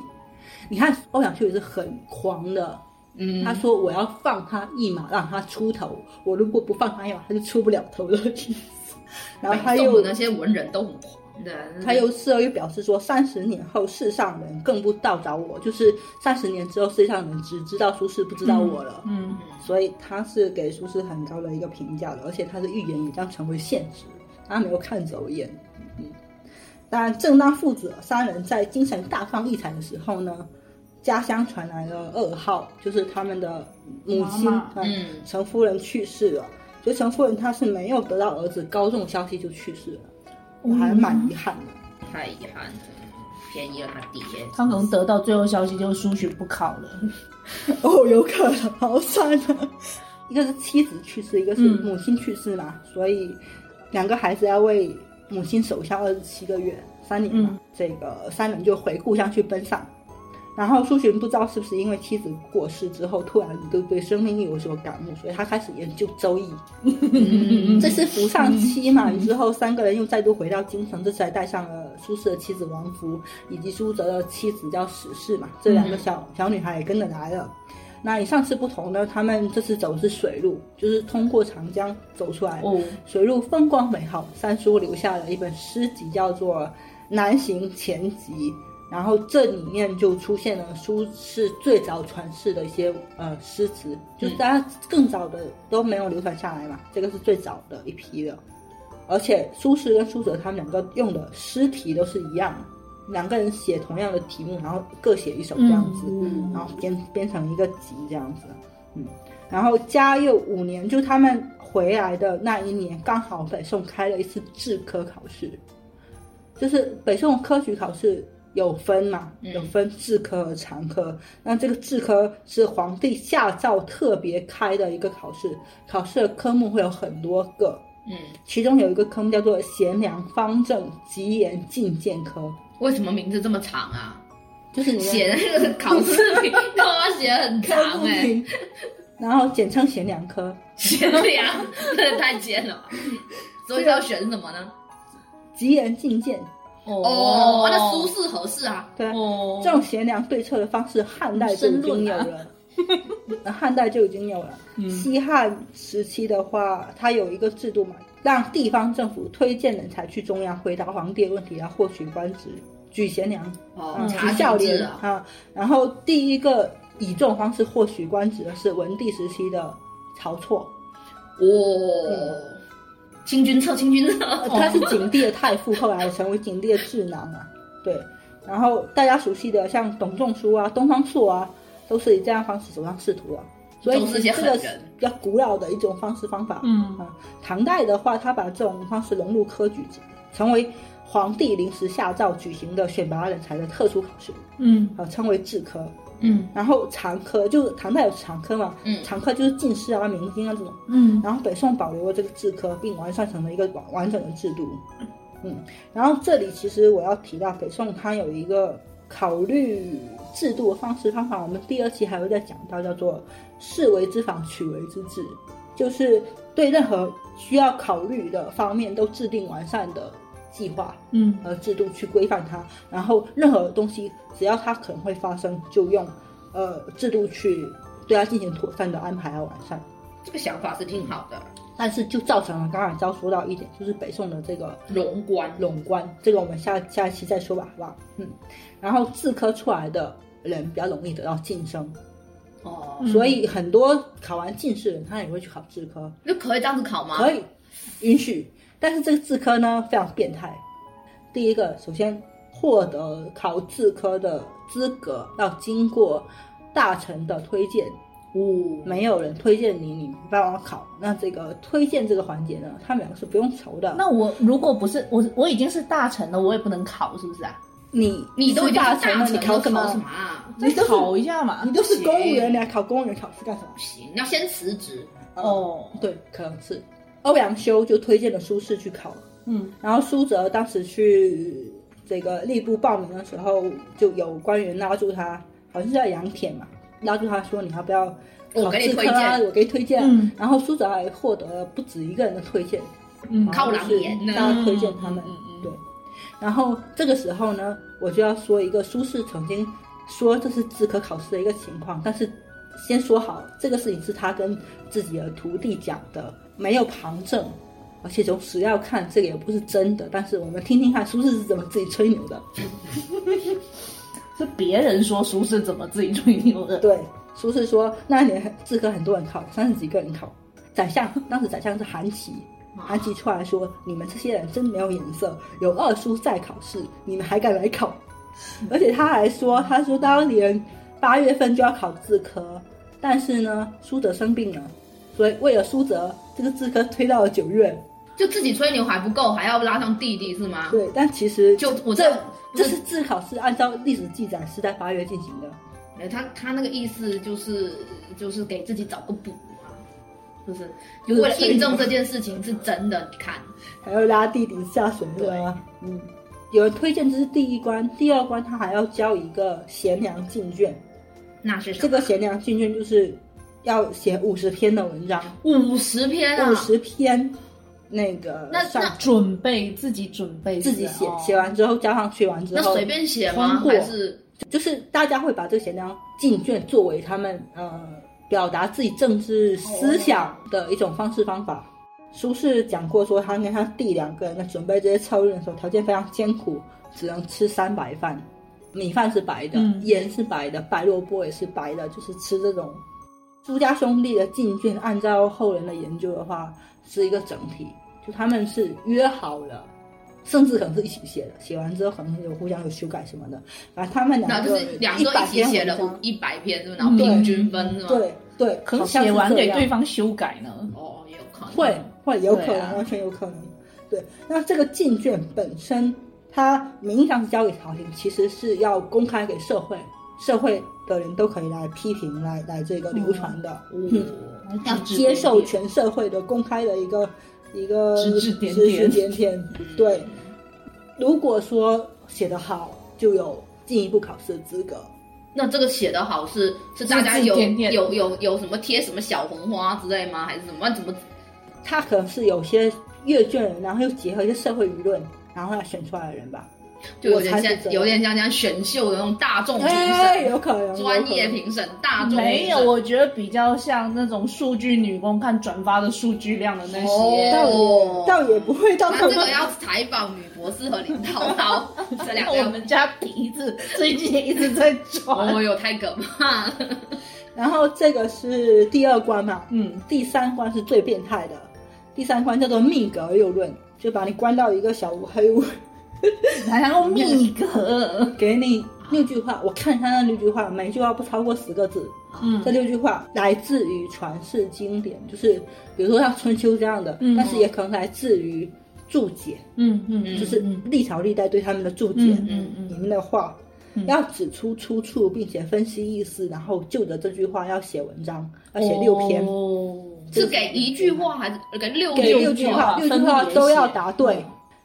你看欧阳修也是很狂的，嗯，他说我要放他一马，让他出头，我如果不放他一马，他就出不了头的意思。然后他北又宋的那些文人都很狂的，他又事后又表示说，三十年后世上人更不道找我，就是三十年之后世上人只知道苏轼，不知道我了。嗯所以他是给苏轼很高的一个评价的，而且他的预言也将成为现实，他没有看走眼。嗯，当然，正当父子三人在京城大放异彩的时候呢，家乡传来了噩耗，就是他们的母亲妈妈呃嗯陈夫人去世了。所以陈夫人她是没有得到儿子高中的消息就去世了，我还蛮遗憾的。太遗憾了，便宜了他爹。他可能得到最后消息就是苏洵不考了， 哦，有可能，好惨啊！一个是妻子去世，一个是嗯母亲去世嘛，所以两个孩子要为母亲守孝二十七个月，三年嘛。嗯这个三人就回故乡去奔丧。然后苏洵不知道是不是因为妻子过世之后，突然对对生命有所感悟，所以他开始研究《周易》。嗯，这是扶上妻嘛，之后三个人又再度回到京城，这次还带上了苏轼的妻子王弗，以及苏辙的妻子叫史氏嘛，这嗯两个小小女孩也跟着来了。那与上次不同呢，他们这次走的是水路，就是通过长江走出来。哦，水路风光美好，三叔留下了一本诗集，叫做《南行前集》，然后这里面就出现了苏轼最早传世的一些呃诗词，就是大家更早的都没有流传下来嘛，这个是最早的一批的。而且苏轼跟苏辙他们两个用的诗题都是一样的，两个人写同样的题目，然后各写一首这样子。嗯然后编编成一个集这样子，嗯，然后嘉佑五年，就他们回来的那一年，刚好北宋开了一次制科考试，就是北宋科举考试有分嘛，嗯有分制科和常科，那这个制科是皇帝下诏特别开的一个考试，考试的科目会有很多个，嗯，其中有一个科目叫做贤良方正吉言进谏科，为什么名字这么长啊？就是你要写那个考试名都要写很长不哎、停， 然后简称贤良科。贤良，真的太尖了吧。所以要选什么呢？吉言进谏，哦，那苏轼合适啊。对，哦这种贤良对策的方式，汉代就已经有了。嗯汉代就已经有了。西汉时期的话，它有一个制度嘛，让地方政府推荐人才去中央回答皇帝的问题，然后获取官职，举贤良，哦嗯，查举校孝制廉啊，啊。然后第一个以这种方式获取官职的是文帝时期的晁错，哦，清君侧，清君侧，他是景帝的太傅，后来成为景帝的智囊啊。对，然后大家熟悉的像董仲舒啊、东方朔啊，都是以这样方式走上仕途的。所以都是一些这狠个人是比较古老的一种方式方法。嗯啊，唐代的话，他把这种方式融入科举制，成为皇帝临时下诏举行的选拔人才的特殊考试，嗯啊，称为制科。嗯然后常科就是唐代有常科嘛，嗯常科就是进士啊、明经啊这种。嗯然后北宋保留了这个制科，并完善成了一个完完整的制度。嗯，然后这里其实我要提到北宋它有一个考虑制度的方式方法，我们第二期还会再讲到，叫做“士为知防，取为知治”，就是对任何需要考虑的方面都制定完善的计划嗯和呃制度去规范它，然后任何东西只要它可能会发生，就用呃制度去对它进行妥善的安排和完善。这个想法是挺好的。但是就造成了刚才招说到一点，就是北宋的这个荣官，垄官，这个我们下下一期再说吧，好不好？嗯，然后自科出来的人比较容易得到晋升，哦，嗯所以很多考完进士人他也会去考自科，就可以这样子考吗？可以允许，但是这个自科呢非常变态。第一个，首先获得考自科的资格要经过大臣的推荐，哦，没有人推荐你，你没办法考。那这个推荐这个环节呢，他们两个是不用愁的。那我如果不是我，我已经是大臣了，我也不能考，是不是啊？你你都已是经大是臣了，了，你考什么？什么？啊？你都再是考一下嘛你。都是公务行员，你还考公务员考试干什么不？行，你要先辞职。嗯哦，对，可能是欧阳修就推荐了苏轼去考，嗯然后苏辙当时去这个吏部报名的时候，就有官员拉住他，好像是叫杨舔嘛，拉住他说你要不要我考给你制科推啊？荐我给你推荐啊。嗯然后苏辙还获得了不止一个人的推荐，嗯靠然后就是朗言呢大家推荐他们。嗯嗯嗯对，然后这个时候呢，我就要说一个苏轼曾经说这是自科考试的一个情况，但是先说好，这个事情是他跟自己的徒弟讲的，没有旁证。而且从史料看，这个也不是真的，但是我们听听看苏轼是怎么自己吹牛的。是别人说书是怎么自己吹牛的？对，苏轼说那年自科很多人考，三十几个人考。宰相当时宰相是韩琦，韩琦出来说：“你们这些人真没有眼色，有二叔在考试，你们还敢来考？”而且他还说：“他说当年八月份就要考自科，但是呢，苏辙生病了，所以为了苏辙，这个自科推到了九月。就自己吹牛还不够，还要拉上弟弟是吗？对，但其实啊就我这这，这是自考是按照历史记载是在八月进行的。呃他他那个意思就是就是给自己找个补嘛，就是就为了印证这件事情是真的。你看，还要拉弟弟下水是吧？嗯，有人推荐这是第一关，第二关他还要交一个贤良进卷，那是什这么？个贤良进卷就是要写五十篇的文章，五十篇啊五！十篇那个那上那准备自己准备自己写哦写完之后交上去完之那后随，便写吗？通过还是就是大家会把这个贤良进卷作为他们呃表达自己政治思想的一种方式方法。苏轼讲过说，他跟他弟两个人在准备这些策略的时候，条件非常艰苦，只能吃三白饭，米饭是白的，嗯盐是白的，白萝卜也是白的，就是吃这种。苏家兄弟的进卷，按照后人的研究的话，是一个整体，就他们是约好了，甚至可能是一起写的，写完之后可能有互相有修改什么的，反正他们那两就个是人两100个一起篇写文了章一百篇是吗？然后嗯平均分是吗？，对对，哦可好能像写完是这给样对方修改呢。哦，也有可能。会会有可对能，啊完全有可能。对，那这个进卷本身，它名义上是交给朝廷，其实是要公开给社会，社会的人都可以来批评，来来这个流传的，嗯，要接受全社会的公开的一个一个指指点指指点点点。嗯对，如果说写得好，就有进一步考试的资格。那这个写的好是是大家字字有点点有有有什么贴什么小红花之类吗？还是什么？怎么他可能是有些阅卷人，然后又结合一些社会舆论，然后来选出来的人吧。就有我点才是像真有点像像选秀的那种大众评哎，审、有可能专业，评审、大众没评有，审。我觉得比较像那种数据女工看转发的数据量的那些。有可能哦，倒也不会到那这这么个要采访女博士和林涛涛这两个 我要，们家鼻子最近一直在转，哦哟，太可怕了！ 然后这个是第二关嘛，嗯，第三关是最变态的，第三关叫做命格谬论，就把你关到一个小黑屋，还想用密格，给你六句话，我看他那六句话，每句话不超过十个字。嗯这，六句话来自于传世经典，就是比如说像春秋这样的，嗯但是也可能来自于注解，嗯嗯嗯，就是历朝历代对他们的注解嗯嗯嗯里面的话，嗯要指出出处，并且分析意思，然后就着这句话要写文章，要写六篇。哦是给一句话还是给六给六六句句话话，六句分话别都写要答对，嗯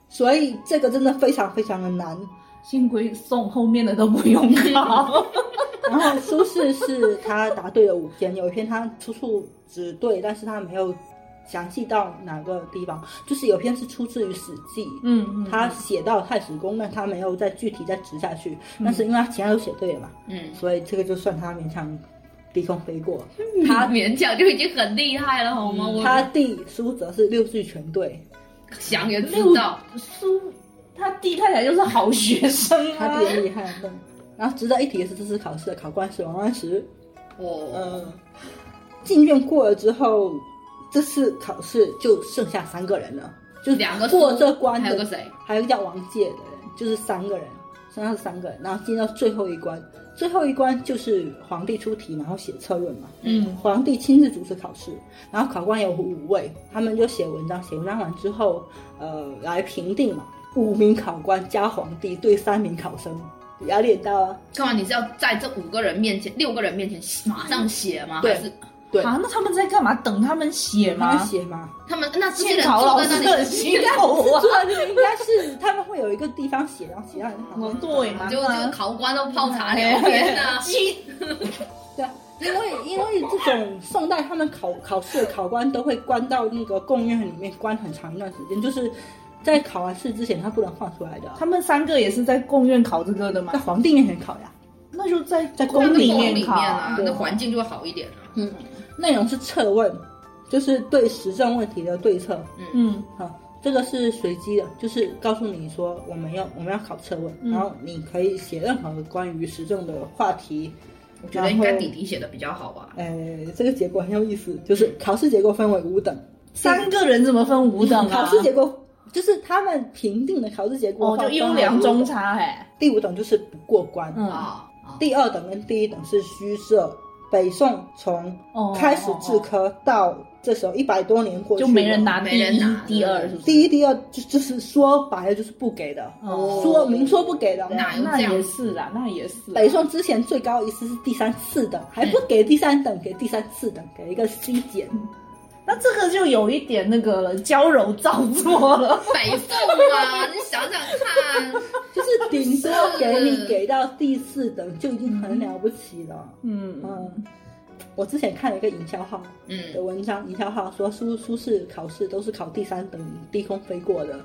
所以这个真的非常非常的难。幸亏送后面的都不用 考，然后苏轼是他答对了五篇，有一篇他出处只对，但是他没有详细到哪个地方，就是有篇是出自于《史记》。嗯嗯，他写到太史公，但他没有再具体再指下去，嗯但是因为他其他都写对了嘛，嗯，所以这个就算他勉强低空飞过。他 勉强就已经很厉害了，好嗯哦嗯吗？我他弟苏辙是六句全对，想也知六道，苏，他弟看起来就是好学生他啊弟，也厉害。对然后值得一提的是，这次考试的考官是王安石。呃我嗯，进院过了之后，这次考试就剩下三个人了，就两个过苏这关还有个的，谁？还有个叫王介的人，就是三个人，剩下三个人，然后进到最后一关。最后一关就是皇帝出题，然后写策论嘛。嗯皇帝亲自主持考试，然后考官有五位，他们就写文章，写文章完之后，呃，来评定嘛。五名考官加皇帝对三名考生，压力很大啊。干嘛？你是要在这五个人面前、六个人面前马上写吗？对还是对，啊，那他们在干嘛？等他们写他吗们？写嘛，他们那这些监人考老坐师在那很里，辛苦 啊，这就应该是他们会有一个地方写，然后写到你考哦官。对嘛，就啊就考官都泡茶哎聊天啊。鸡对啊，因为因为这种宋代他们考考试的考官都会关到那个贡院里面关很长一段时间，就是在考完试之前他不能放出来的啊，他们三个也是在贡院考这个的在吗？皇帝面前考呀。那就在在那宫宫里里面面考啊，对那环境就会好一点啊。嗯，内容是测问，就是对时政问题的对策。嗯啊，这个是随机的，就是告诉你说我们要我们要考测问，嗯然后你可以写任何关于时政的话题。我觉得应该弟弟写的比较好吧。呃，这个结果很有意思，就是考试结果分为五等，三个人怎么分五等啊？ 考试结果就是他们评定的考试结果，哦，就优良中，差哎，第五等就是不过关，嗯啊啊，第二等跟第一等是虚设。北宋从哦，开始制科到这时候一百多年过去就了，没人拿第没人一拿、第二，是不是？第一、第二，就就是说白了就是不给的，哦说明说不给的。哪有那这样也是啦，那也是啦。北宋之前最高一次是第三次等，还不给第三等，给第三次等，给一个 C 减。那这个就有一点那个了，娇柔造作了。北宋啊，你想想看，就是顶多给你给到第四等就已经很了不起了。嗯，嗯，我之前看了一个营销号的嗯，文章，营销号说苏苏轼考试都是考第三等低空飞过的，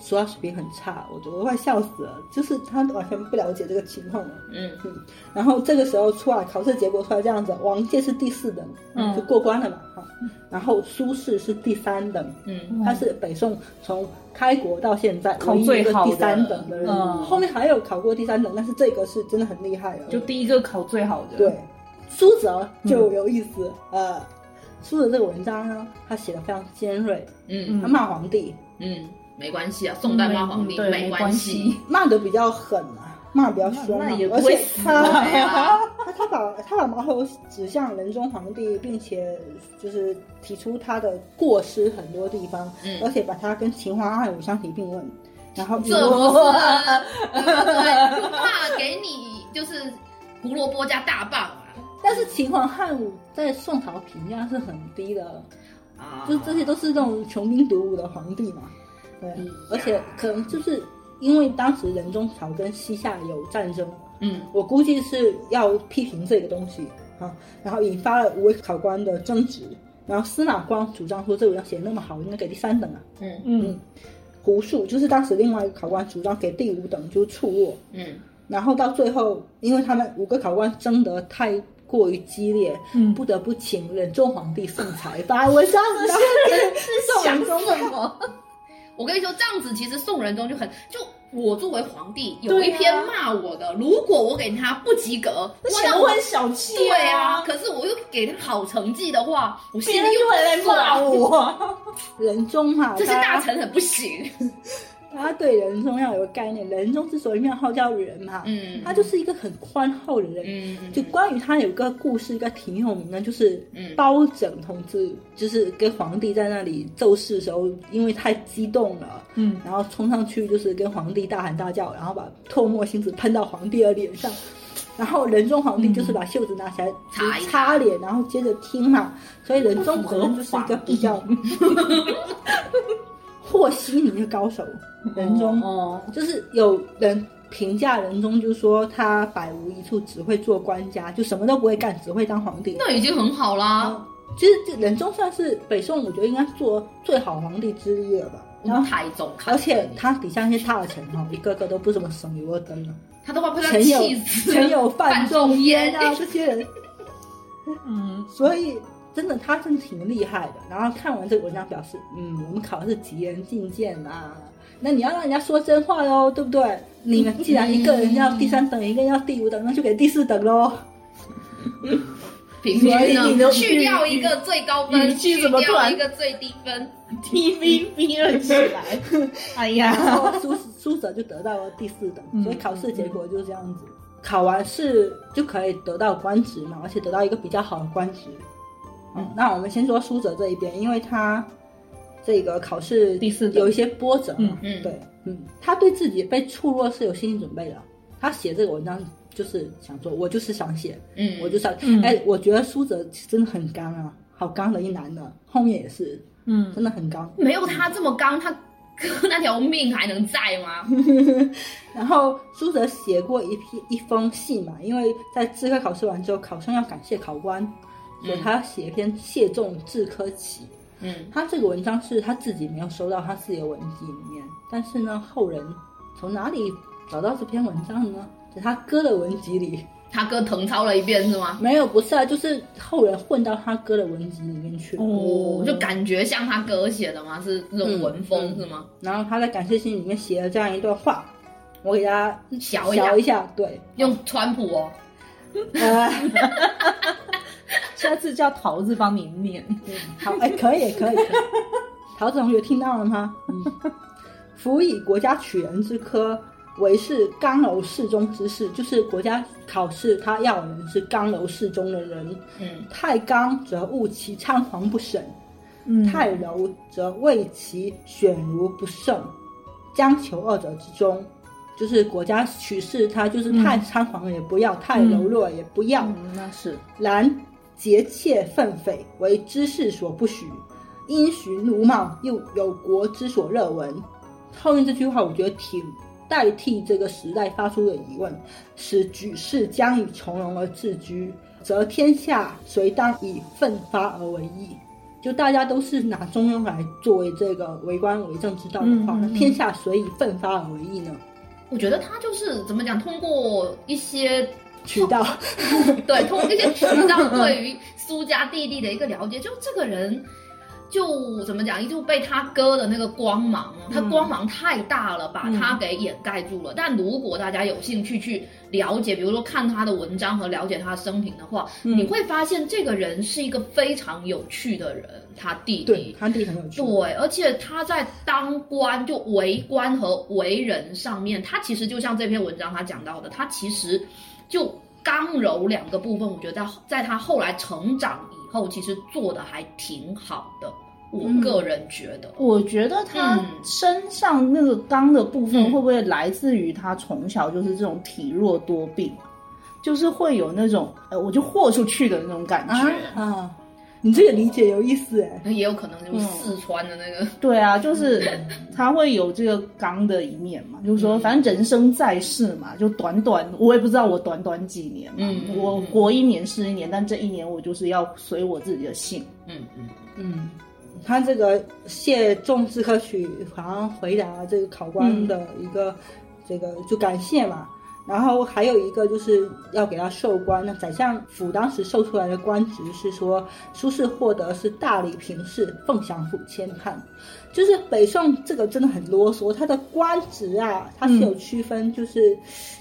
说他水平很差，我觉得我快笑死了，就是他完全不了解这个情况了。嗯，然后这个时候出来考试结果出来这样子，王介是第四等，嗯就过关了嘛哈。然后苏轼是第三等，嗯，他是北宋从开国到现在考唯一一最个好的第三等的人，嗯后面还有考过第三等，但是这个是真的很厉害了。就第一个考最好的。对，苏辙就有意思，嗯呃，苏辙这个文章呢，他写的非常尖锐，嗯他骂皇帝，嗯，没关系啊，宋代骂皇帝嗯对没没关关系系，骂的比较狠啊，骂得比较凶、啊，那也不而会且死 他啊对啊他他把他把矛头指向仁宗皇帝，并且就是提出他的过失很多地方，嗯而且把他跟秦皇爱武相提并论，然后这不是啊对不对？就怕给你就是胡萝卜加大棒啊但是秦皇汉武在宋朝评价是很低的，啊，就是这些都是那种穷兵黩武的皇帝嘛，对嗯，而且可能就是因为当时仁宗朝跟西夏有战争，嗯我估计是要批评这个东西啊，然后引发了五位考官的争执。然后司马光主张说，这文章写得那么好，应该给第三等啊。嗯嗯，胡术，就是当时另外一个考官主张给第五等就是处卧，嗯，然后到最后，因为他们五个考官争得太过于激烈，嗯不得不请仁宗皇帝圣裁，把文章然后是想什么？我跟你说，这样子其实宋仁宗就很就。我作为皇帝，有对一啊篇骂我的，如果我给他不及格，那哇显那得我我很小气、对啊，啊，可是我又给他好成绩的话，我心别里人就又会来骂我。仁宗哈，这些大他啊臣很不行。大家对仁宗要有个概念，仁宗之所以庙号叫仁嘛，嗯，他就是一个很宽厚的人。嗯嗯就关于他有个故事，一个挺有名的，就是嗯包拯同志，就是跟皇帝在那里奏事的时候，因为太激动了，嗯，然后冲上去就是跟皇帝大喊大叫，然后把唾沫星子喷到皇帝的脸上，然后仁宗皇帝就是把袖子拿起来擦一擦擦脸，然后接着听嘛，所以仁宗可能就是一个比较和稀泥的高手，仁宗。哦，就是有人评价仁宗，就说他百无一处，只会做官家，就什么都不会干，只会当皇帝。那已经很好哦啦。其实这仁宗算是北宋，我觉得应该做最好皇帝之一了吧。嗯然后，太重看而了，且他底下那些大臣哈，一个个都不怎么省油的灯了，他都快被他前有气死全了。有范仲淹范仲啊这些人，嗯，所以真的他真的挺厉害的。然后看完这个文章，表示嗯，我们考的是吉人进谏啊。那你要让人家说真话喽，对不对？你们既然一个人要第三等，一个人要第五等，那就给第四等喽。平均所以你呢，的去掉一个最高语分，气去怎么突掉然一个最低分， TVB 了起来，哎然呀，后输输者就得到了第四等，嗯所以考试结果就是这样子。考完试就可以得到官职嘛，而且得到一个比较好的官职。嗯嗯，那我们先说输者这一边，因为他这个考试第四等有一些波折嘛，嗯嗯对，嗯，他对自己被触落是有心理准备的。他写这个文章就是想说，我就是想写，嗯，我就想，哎、嗯我觉得苏哲真的很刚啊，好刚的一男的，后面也是 嗯，真的很刚。没有他这么刚，他那条命还能在吗？嗯然后苏哲写过一篇一封信嘛，因为在制科考试完之后，考生要感谢考官，所以他要写一篇谢众制科启。嗯他这个文章是他自己没有收到他自己的文集里面，但是呢，后人从哪里找到这篇文章呢？在他哥的文集里。他哥誊抄了一遍是吗？没有，不是啊，就是后人混到他哥的文集里面去。哦我就感觉像他哥写的吗？是那种嗯文风、嗯是吗？然后他在感谢信里面写了这样一段话，我给大家小一下瞧一下， 对，用川普哦，呃，下次叫桃子帮你念。好，哎，可以，可以， 可以。陶子同学听到了吗？嗯，辅以国家取人之科，为是刚柔适中之事，就是国家考试他要的人是刚柔适中的人，嗯太刚则误其猖狂不审。嗯太柔则为其选儒不慎，将求二者之中，就是国家取士，他就是太猖狂也不要，太柔弱也不要。嗯，那是然节切愤匪，为知士所不许，因循儒貌，又有国之所热闻。后面这句话，我觉得挺代替这个时代发出的疑问：使举世将以从容而自居，则天下谁当以奋发而为义？就大家都是拿中庸来作为这个为官为政之道的话，嗯嗯那嗯天下谁以奋发而为义呢？我觉得他就是怎么讲，通过一些渠道， 对，通过一些渠道对于苏家弟弟的一个了解，就这个人就怎么讲，就被他哥的那个光芒，他光芒太大了，把他给掩盖住了。但如果大家有兴趣去了解，比如说看他的文章和了解他的生平的话，你会发现这个人是一个非常有趣的人，他弟 对弟。他弟很有趣。对，而且他在当官，就为官和为人上面，他其实就像这篇文章他讲到的，他其实就刚柔两个部分，我觉得在在他后来成长以后，其实做的还挺好的，我嗯个人觉得。我觉得他嗯身上那个刚的部分，嗯会不会来自于他从小就是这种体弱多病，就是会有那种呃，我就豁出去的那种感觉。啊，你这个理解有意思哎。嗯也有可能就是四川的那个，对啊，就是他会有这个刚的一面嘛，就是说，反正人生在世嘛，就短短，我也不知道我短短几年嘛，嗯嗯我活一年是一年，但这一年我就是要随我自己的性。嗯嗯，嗯，他这个谢仲志科曲好像回答这个考官的一个、这个就感谢嘛。然后还有一个就是要给他授官，那宰相府当时授出来的官职是说，苏轼获得是大理评事、凤翔府监判。就是北宋这个真的很啰嗦，它的官职啊，它是有区分，就是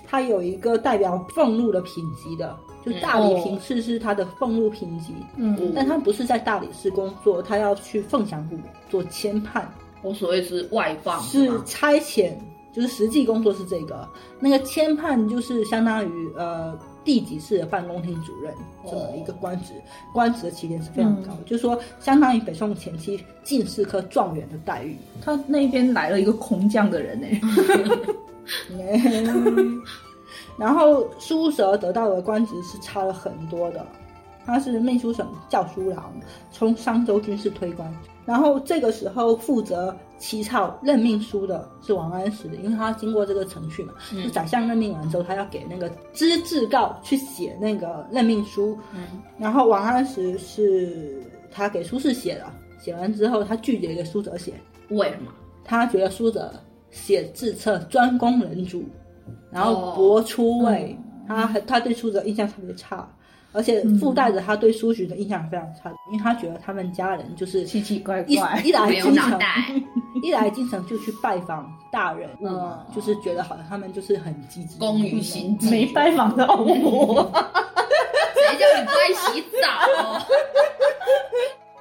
它有一个代表俸禄的品级的，就大理评事是它的俸禄评级，嗯但他不是在大理寺工作，他要去凤翔府做签判，我所谓哦是外放是吗差遣，就是实际工作是这个。那个签判就是相当于呃地级市的办公厅主任这么一个官职，官职的起点是非常高，就是说相当于北宋前期进士科状元的待遇。他那边来了一个空降的人呢、 然后苏辙得到的官职是差了很多的，他是秘书省校书郎，从商州军事推官。然后这个时候负责起草任命书的是王安石，因为他经过这个程序嘛，就宰相任命完之后，他要给那个知制告去写那个任命书。嗯，然后王安石是他给苏轼写的，写完之后他拒绝给苏辙写，为什么？他觉得苏辙写自册专攻人主，然后博出哦位，嗯他很他对苏辙印象特别差，而且附带着他对苏洵的印象非常差，因为他觉得他们家人就是奇奇怪一怪。一来没有京脑城，袋，一来京城就去拜访大人，嗯就是觉得好像他们就是很积极，工于心计，没拜访到我，谁叫你不爱洗澡、哦？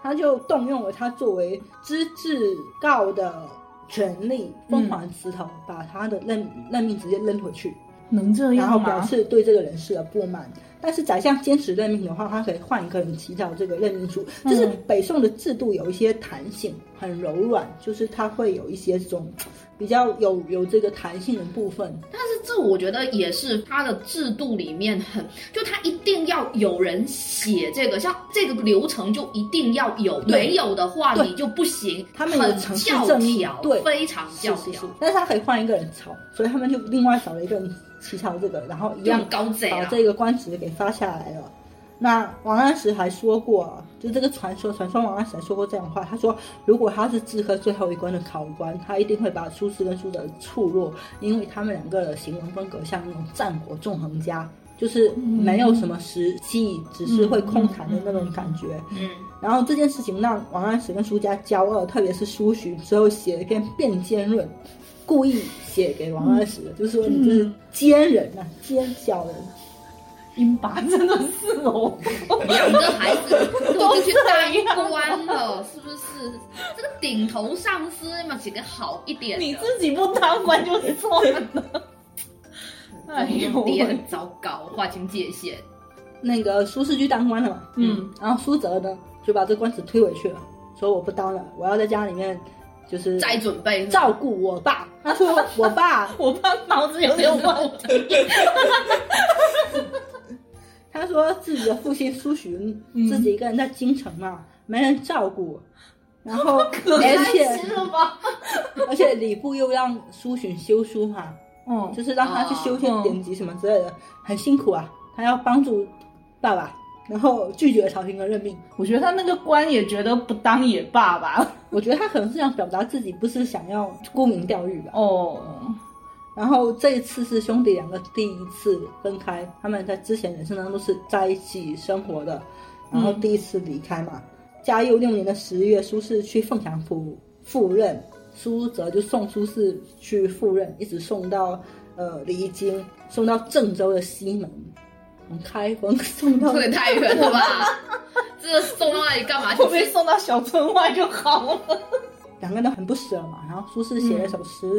他就动用了他作为知制告的权利，嗯疯狂辞头，把他的任任命直接扔回去。能这然后样表吗？示对这个人事的不满。但是宰相坚持任命的话，他可以换一个人起草这个任命书。就是北宋的制度有一些弹性，很柔软，就是它会有一些这种比较有有这个弹性的部分。但是这我觉得也是它的制度里面很，就它一定要有人写这个，像这个流程就一定要有，对没有的话对你就不行。他们有很程序教正义条，对非常教是是条是，，但是他可以换一个人炒，所以他们就另外找了一个人起草这个，然后一就样很高贼把啊。这个官职给发下来了。那王安石还说过，啊就这个传说，传说王安石还说过这样的话，他说，如果他是制科最后一关的考官，他一定会把苏轼跟苏辙处落，因为他们两个的行文风格像那种战国纵横家，就是没有什么实际，只是会空谈的那种感觉。嗯嗯，然后这件事情让王安石跟苏家交恶，特别是苏洵之后写了一篇《辩奸论》，故意写给王安石的，就是说你就是嗯奸人呐、奸小人。英爸真的是哦，两个孩子 都去都这当样官了，是不是？这个顶头上司嘛，几个好一点的，你自己不当官就算 了。哎呦也喂很，糟糕，划清界限。那个苏轼去当官了嘛，嗯，然后苏辙呢就把这官职推回去了，说我不当了，我要在家里面就是再准备照顾我爸。他说我爸，我爸脑子有点问题。他说自己的父亲苏洵自己一个人在京城嘛，没人照顾，然后 而开且心了吗？而且礼部又让苏洵修书嘛，嗯，就是让他去修建典籍什么之类的，很辛苦啊，他要帮助爸爸，然后拒绝曹廷的任命。我觉得他那个官也觉得不当也罢 吧。我觉得他可能是想表达自己不是想要沽名钓誉吧。哦，然后这一次是兄弟两个第一次分开，他们在之前人生当中是在一起生活的，然后第一次离开嘛。嘉佑六年的十月，苏轼去凤翔府赴任，苏辙就送苏轼去赴任，一直送到呃离京，送到郑州的西门，从开封送 到这也太远了 吧！这送到那里干嘛去会？不会送到小村外就好了？两个人都很不舍嘛。然后苏轼写了一首诗，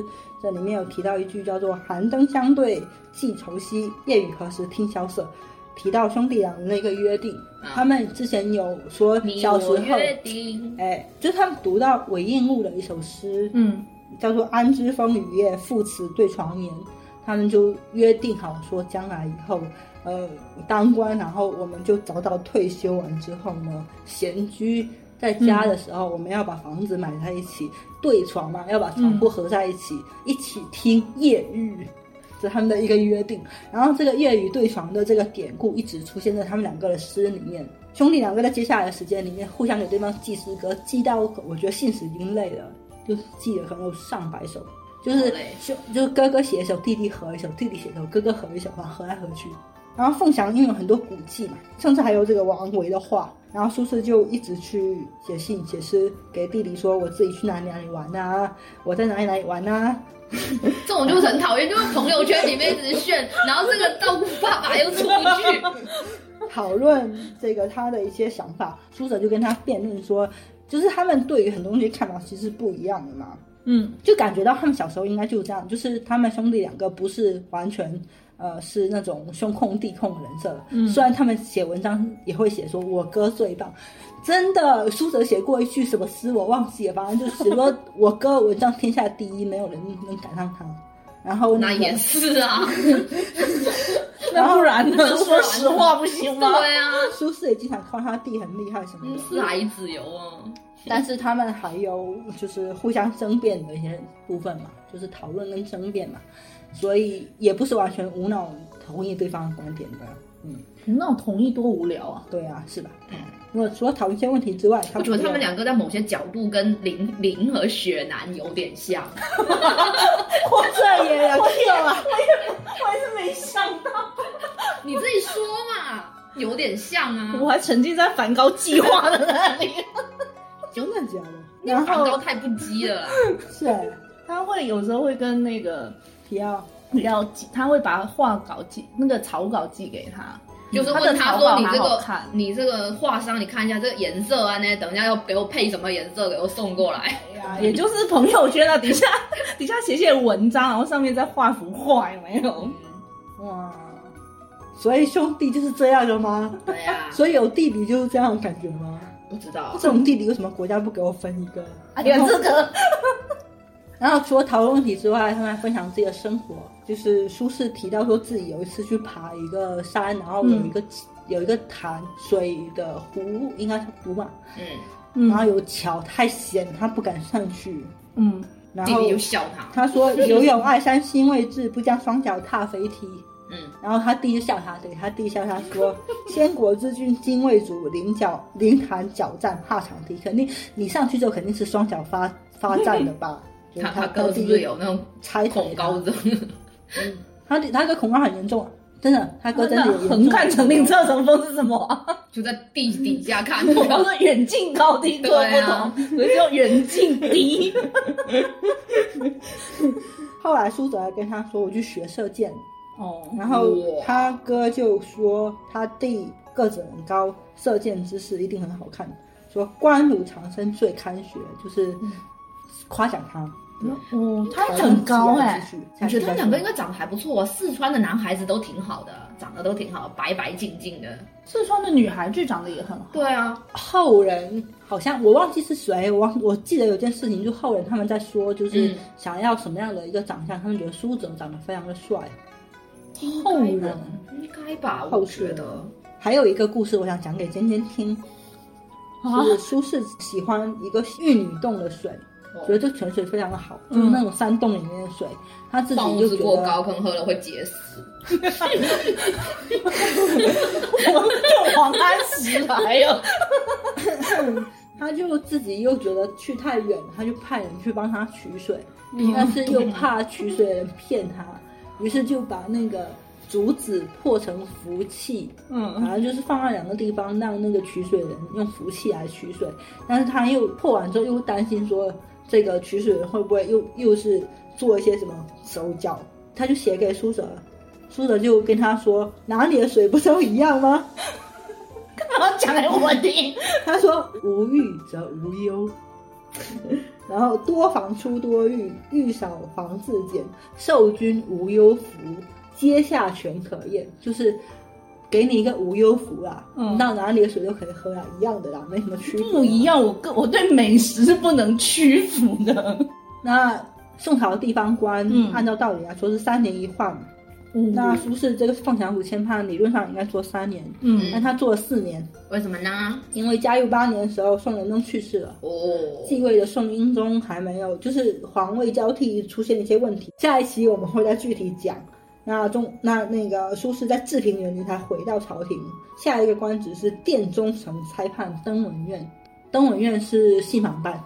这里面有提到一句叫做“寒灯相对寄愁兮，夜雨何时听萧瑟”，提到兄弟俩的那个约定。他们之前有说你小时我候，约定，哎，就是他们读到韦应物的一首诗，嗯，叫做“安知风雨夜，父慈对床眠”，他们就约定好说，将来以后，呃，当官，然后我们就早早退休完之后呢，闲居在家的时候，我们要把房子买在一起，对床嘛，要把床铺合在一起，一起听夜雨。这是他们的一个约定，然后这个夜雨对床的这个典故一直出现在他们两个的诗里面，兄弟两个在接下来的时间里面互相给对方记诗歌，记到我觉得信使已经累了，就记了可能有上百首，就是好累兄就是哥哥写一首，弟弟合一首，弟弟写一首，哥哥合一首，然后合来合去。然后凤翔因为有很多古迹嘛，甚至还有这个王维的画，然后苏轼就一直去写信写诗给弟弟说，我自己去哪里哪里玩啊，我在哪里哪里玩啊，这种就是很讨厌，就是朋友圈里面一直炫，然后这个照顾爸爸又出 去，讨论这个他的一些想法，书者就跟他辩论说，就是他们对于很多东西看法其实是不一样的嘛，嗯，就感觉到他们小时候应该就是这样，就是他们兄弟两个不是完全。呃，是那种兄控弟控的人设。嗯，虽然他们写文章也会写说“我哥最棒”，真的，苏哲写过一句什么诗我忘记了，反正就是说我哥文章天下第一，没有人能赶上他。然后那那个也是啊， 那不然呢？说实话不行吗？对啊，苏轼也经常夸他弟很厉害什么的。是来自由啊，但是他们还有就是互相争辩的一些部分嘛，就是讨论跟争辩嘛，所以也不是完全无脑同意对方的观点的。嗯，那我同意多无聊啊！对啊，是吧？如果除了讨论一些问题之外，他嗯我们觉得他们两个在某些角度跟林林和雪男有点 像，哇，这也有救啊！我还是没想到，你自己说嘛，有点像啊，我还沉浸在梵高计划的那里。真的假的？梵然高后太不羁 了啦，是哎他会有时候会跟那个提奥，比较寄，他会把画稿寄那个草稿寄给他，就是他问的他草说稿你这蛮好个看。你这个画商，你看一下这个颜色啊，那等一下要给我配什么颜色，给我送过来。哎呀，也就是朋友圈啊，底 下底下写写文章，然后上面再画幅画，有没有？嗯哇，所以兄弟就是这样的吗？对呀、所以有弟弟就是这样的感觉吗？不知道这。种弟弟为什么国家不给我分一个？啊哎呀，这个然后除了讨论问题之外，他们还分享自己的生活。就是苏轼提到说自己有一次去爬一个山，然后嗯有一个、有一个潭水的湖，应该是湖吧，嗯，嗯然后有桥太险，他不敢上去。嗯，然弟后弟就笑他。他说游泳爱山心未至，不将双脚踏飞梯。嗯，然后他弟就笑他，对他弟笑他说：“先国之君今未足，临脚临潭脚战怕长堤。”肯定你上去之后肯定是双脚发发战的 吧？就是他他高哥是低不是有那种拆嗯恐高 症？他的他哥恐高很严重啊，真的，他哥真的有严重横看成岭侧成峰是什么啊？就在地底下 看。 我要是远近高低各不对啊同，所以叫远近低。后来苏哲还跟他说：“我去学射箭。” 哦，然后哇他哥就说他弟个子很高，射箭姿势一定很好看，说官鲁长生最堪学，就是嗯夸奖他。哦，他很高哎、我我觉得他们两个应该长得还不错、啊，四川的男孩子都挺好的，长得都挺好，白白净净的。四川的女孩剧长得也很好。对啊，后人好像我忘记是谁，我忘我记得有件事情，就后人他们在说，就是嗯想要什么样的一个长相，他们觉得苏哲长得非常的帅。啊后嗯 人应该吧？后我世觉得还有一个故事，我想讲给尖尖听，啊就是苏轼喜欢一个玉女洞的水，哦觉得这泉水非常的好，嗯就是那种山洞里面的水，他自矿己物就质觉过高，得可能喝了会结石。我们有王安石了，还有他就自己又觉得去太远，他就派人去帮他取水，嗯但是又怕取水的人骗他，于是就把那个竹子破成符器， 嗯反正就是放在两个地方，让那个取水人用符器来取水。但是他又破完之后，又担心说这个取水人会不会又又是做一些什么手脚，他就写给苏辙，苏辙就跟他说：“哪里的水不都一样吗然后讲给我听。？”他说：“无欲则无忧。” 然后多防出多欲，欲少防自减。受君无忧福，阶下全可宴。就是给你一个无忧福啦，嗯你到哪里的水都可以喝啦，一样的啦，没什么区别。啊不一。样，我个我对美食是不能屈服的。那宋朝地方官，嗯按照道理来说是三年一换嘛。那苏轼这个凤翔府迁判，理论上应该做三年，嗯但他做了四年，为什么呢？因为嘉佑八年的时候，宋仁宗去世了。哦，继位的宋英宗还没有，就是皇位交替出现一些问题。下一期我们会再具体讲。那中那那个苏轼在治平元年，他回到朝廷，下一个官职是殿中丞裁判登闻院，登闻院是信访办，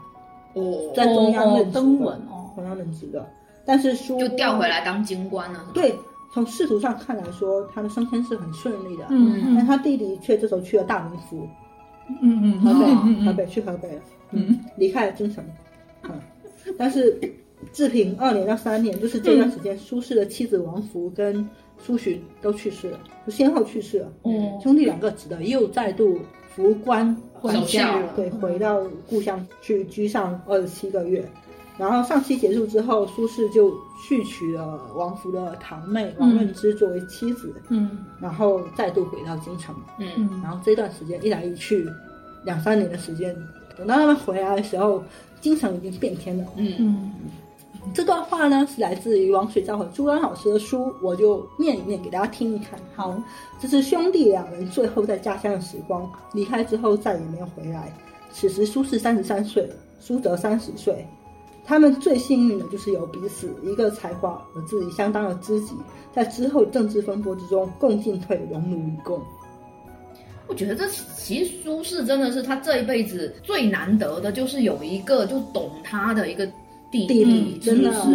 哦，在中央任职的登闻哦中央任职的。但是苏就调回来当京官了。对，从仕途上看来说，他的升迁是很顺利的。嗯但嗯他弟弟却这时候去了大名府，嗯河北，嗯河嗯北去河北了，嗯，离开了京城。嗯，但是治平二年到三年，就是这段时间，苏轼的妻子王弗跟苏洵都去世了，就先后去世了。哦，兄弟两个只得又再度扶官回守去孝嗯了，对，回到故乡去居上二十七个月。然后上期结束之后，苏轼就续娶了王弗的堂妹王润之作为妻子，嗯然后再度回到京城。嗯，嗯然后这段时间一来一去，两三年的时间，等到他们回来的时候，京城已经变天了。嗯这段话呢是来自于王水照和朱安老师的书，我就念一念给大家听一看。好，这是兄弟两人最后在家乡的时光，离开之后再也没有回来。此时苏轼三十三岁，苏辙三十岁，他们最幸运的就是有彼此一个才华和自己相当的知己，在之后政治风波之中共进退，荣辱与共。嗯我觉得这其实苏轼真的是他这一辈子最难得的，就是有一个就懂他的一个弟弟弟，弟真的是不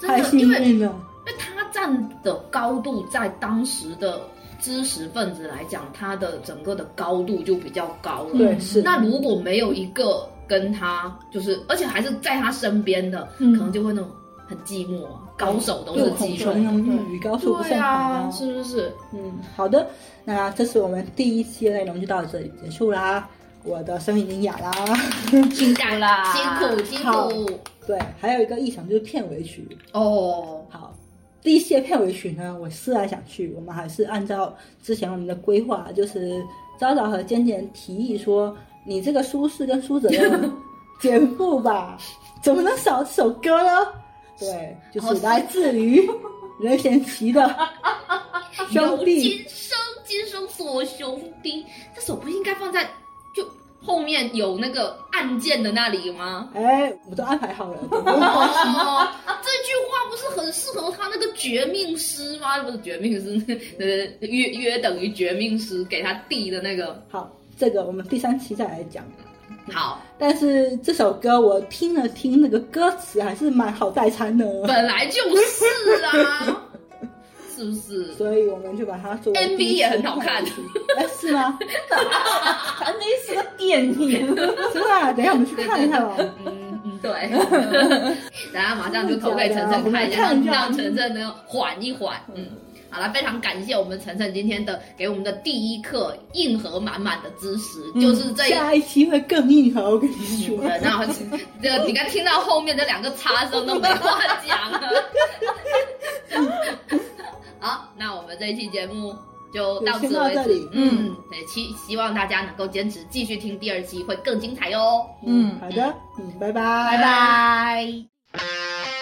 是太真的，因幸为嗯因运了。为他站的高度在当时的知识分子来讲，他的整个的高度就比较高了。对，是那如果没有一个跟他，就是而且还是在他身边的，嗯可能就会那种很寂寞啊。高手都六是孔寂泉寞，涌玉宇，高处不胜嗯对寒啊，是不是？嗯，好的，那这是我们第一期的内容就到这里结束啦。我的声音已经哑啦。 嗯辛苦啦，辛 苦辛啊好苦对，还有一个异常就是片尾曲。哦，好，第一期的片尾曲呢，我思来想去，我们还是按照之前我们的规划，就是昭昭和尖尖提议说，你这个苏轼跟苏辙的 减负吧，怎么能少这首歌呢？对，就是来自于任贤齐的兄有弟。今生今生所兄弟，这首不应该放在就后面有那个按键的那里吗？哎，我都安排好了，没关系。哦，这句话不是很适合他那个绝命诗吗？不是绝命诗， 呃，约约等于绝命诗给他递的那个。好，这个我们第三期再来讲。好，但是这首歌我听了听那个歌词，还是蛮好代餐的，本来就是啊，是不是？所以我们就把它作为 MV 第一期也很好看的主题。哎，是吗？啊那是个电影，真的啊？等一下我们去看一下 吧。嗯嗯， 对。大家马上就投给晨晨看一下，嗯真的假的我们看一下让晨晨呢缓一缓。嗯，好了，非常感谢我们晨晨今天的给我们的第一课硬核满满的知识，就是这一下一期会更硬核，我跟你说。对，然后这你刚听到后面这两个叉声都没啊话 讲了。好，那我们这一期节目就到就此先到为这里止。嗯，对，希希望大家能够坚持继续听第二期，会更精彩哟。嗯好的，嗯，拜拜拜拜。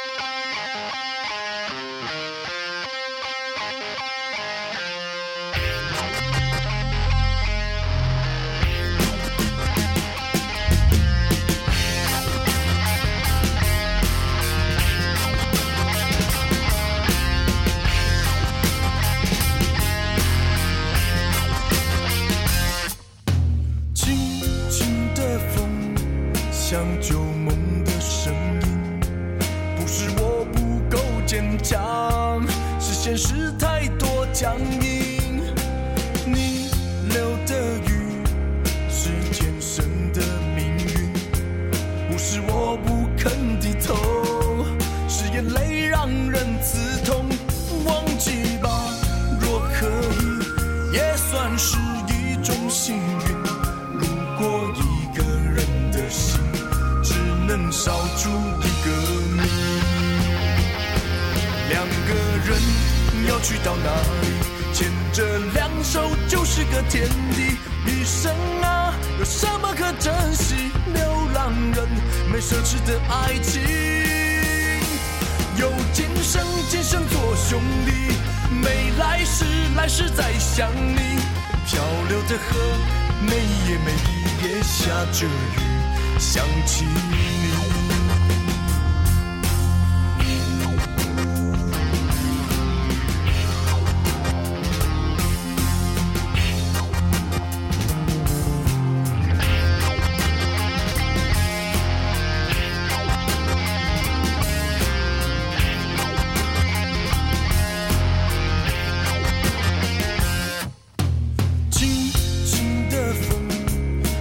轻轻的风，像旧梦的声音。不是我不够坚强，是现实太多僵硬。你流的雨，是天生的命运。不是我不肯低头，是眼泪让人刺痛。忘记吧，若可以，也算是一种幸运。如果一个人的心只能少出一个你，两个人要去到哪里？牵着两手就是个天地。余生啊，有什么可珍惜？流浪人没奢侈的爱情，有今生今生做兄弟，没来世来世再想你。漂流的河，每一夜每一夜下着雨，想起你。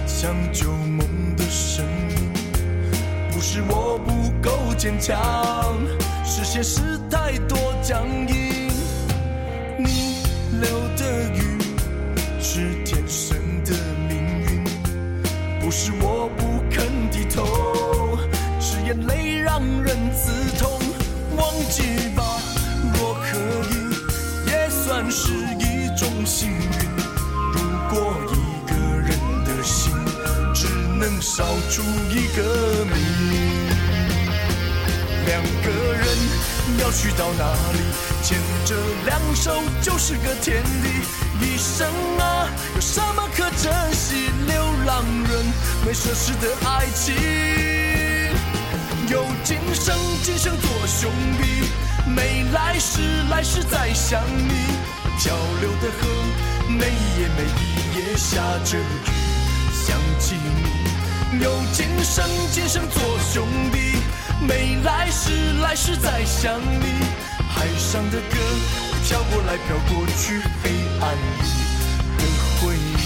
像旧梦的声音。不是我不够坚强，是现实太多僵硬。你流的雨是天生的命运，不是我不肯低头，是眼泪让人刺痛。忘记吧，若可以，也算是一种幸运。如果一个人的心只能少出一个你。两个人要去到哪里？牵着两手就是个天地。一生啊，有什么可珍惜？流浪人没奢侈的爱情，有今生，今生做兄弟，没来世，来世再想你。漂流的河，每一夜每一夜下着雨，想起你。有今生，今生做兄弟，没来世，来世再想你。海上的歌，飘过来，飘过去，黑暗里的回忆。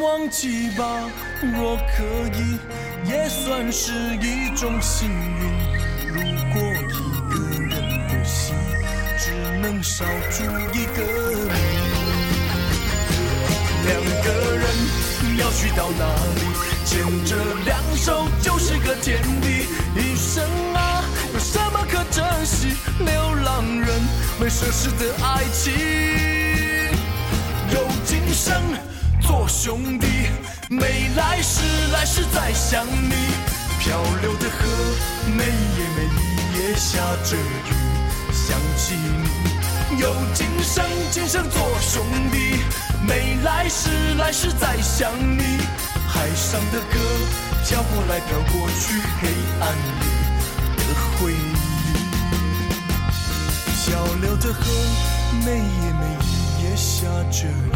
忘记吧，若可以，也算是一种幸运。如果一个人的心只能少住一个你，两个人要去到哪里？牵着两手就是个天地。一生啊，有什么可珍惜？流浪人没奢侈的爱情。有今生做兄弟，没来世，来世再想你。漂流的河，每一夜每一夜下着雨，想起你。有今生，今生做兄弟，没来世，来世再想你。海上的歌，飘过来飘过去，黑暗里的回忆。漂流的河，每夜每一夜下着雨，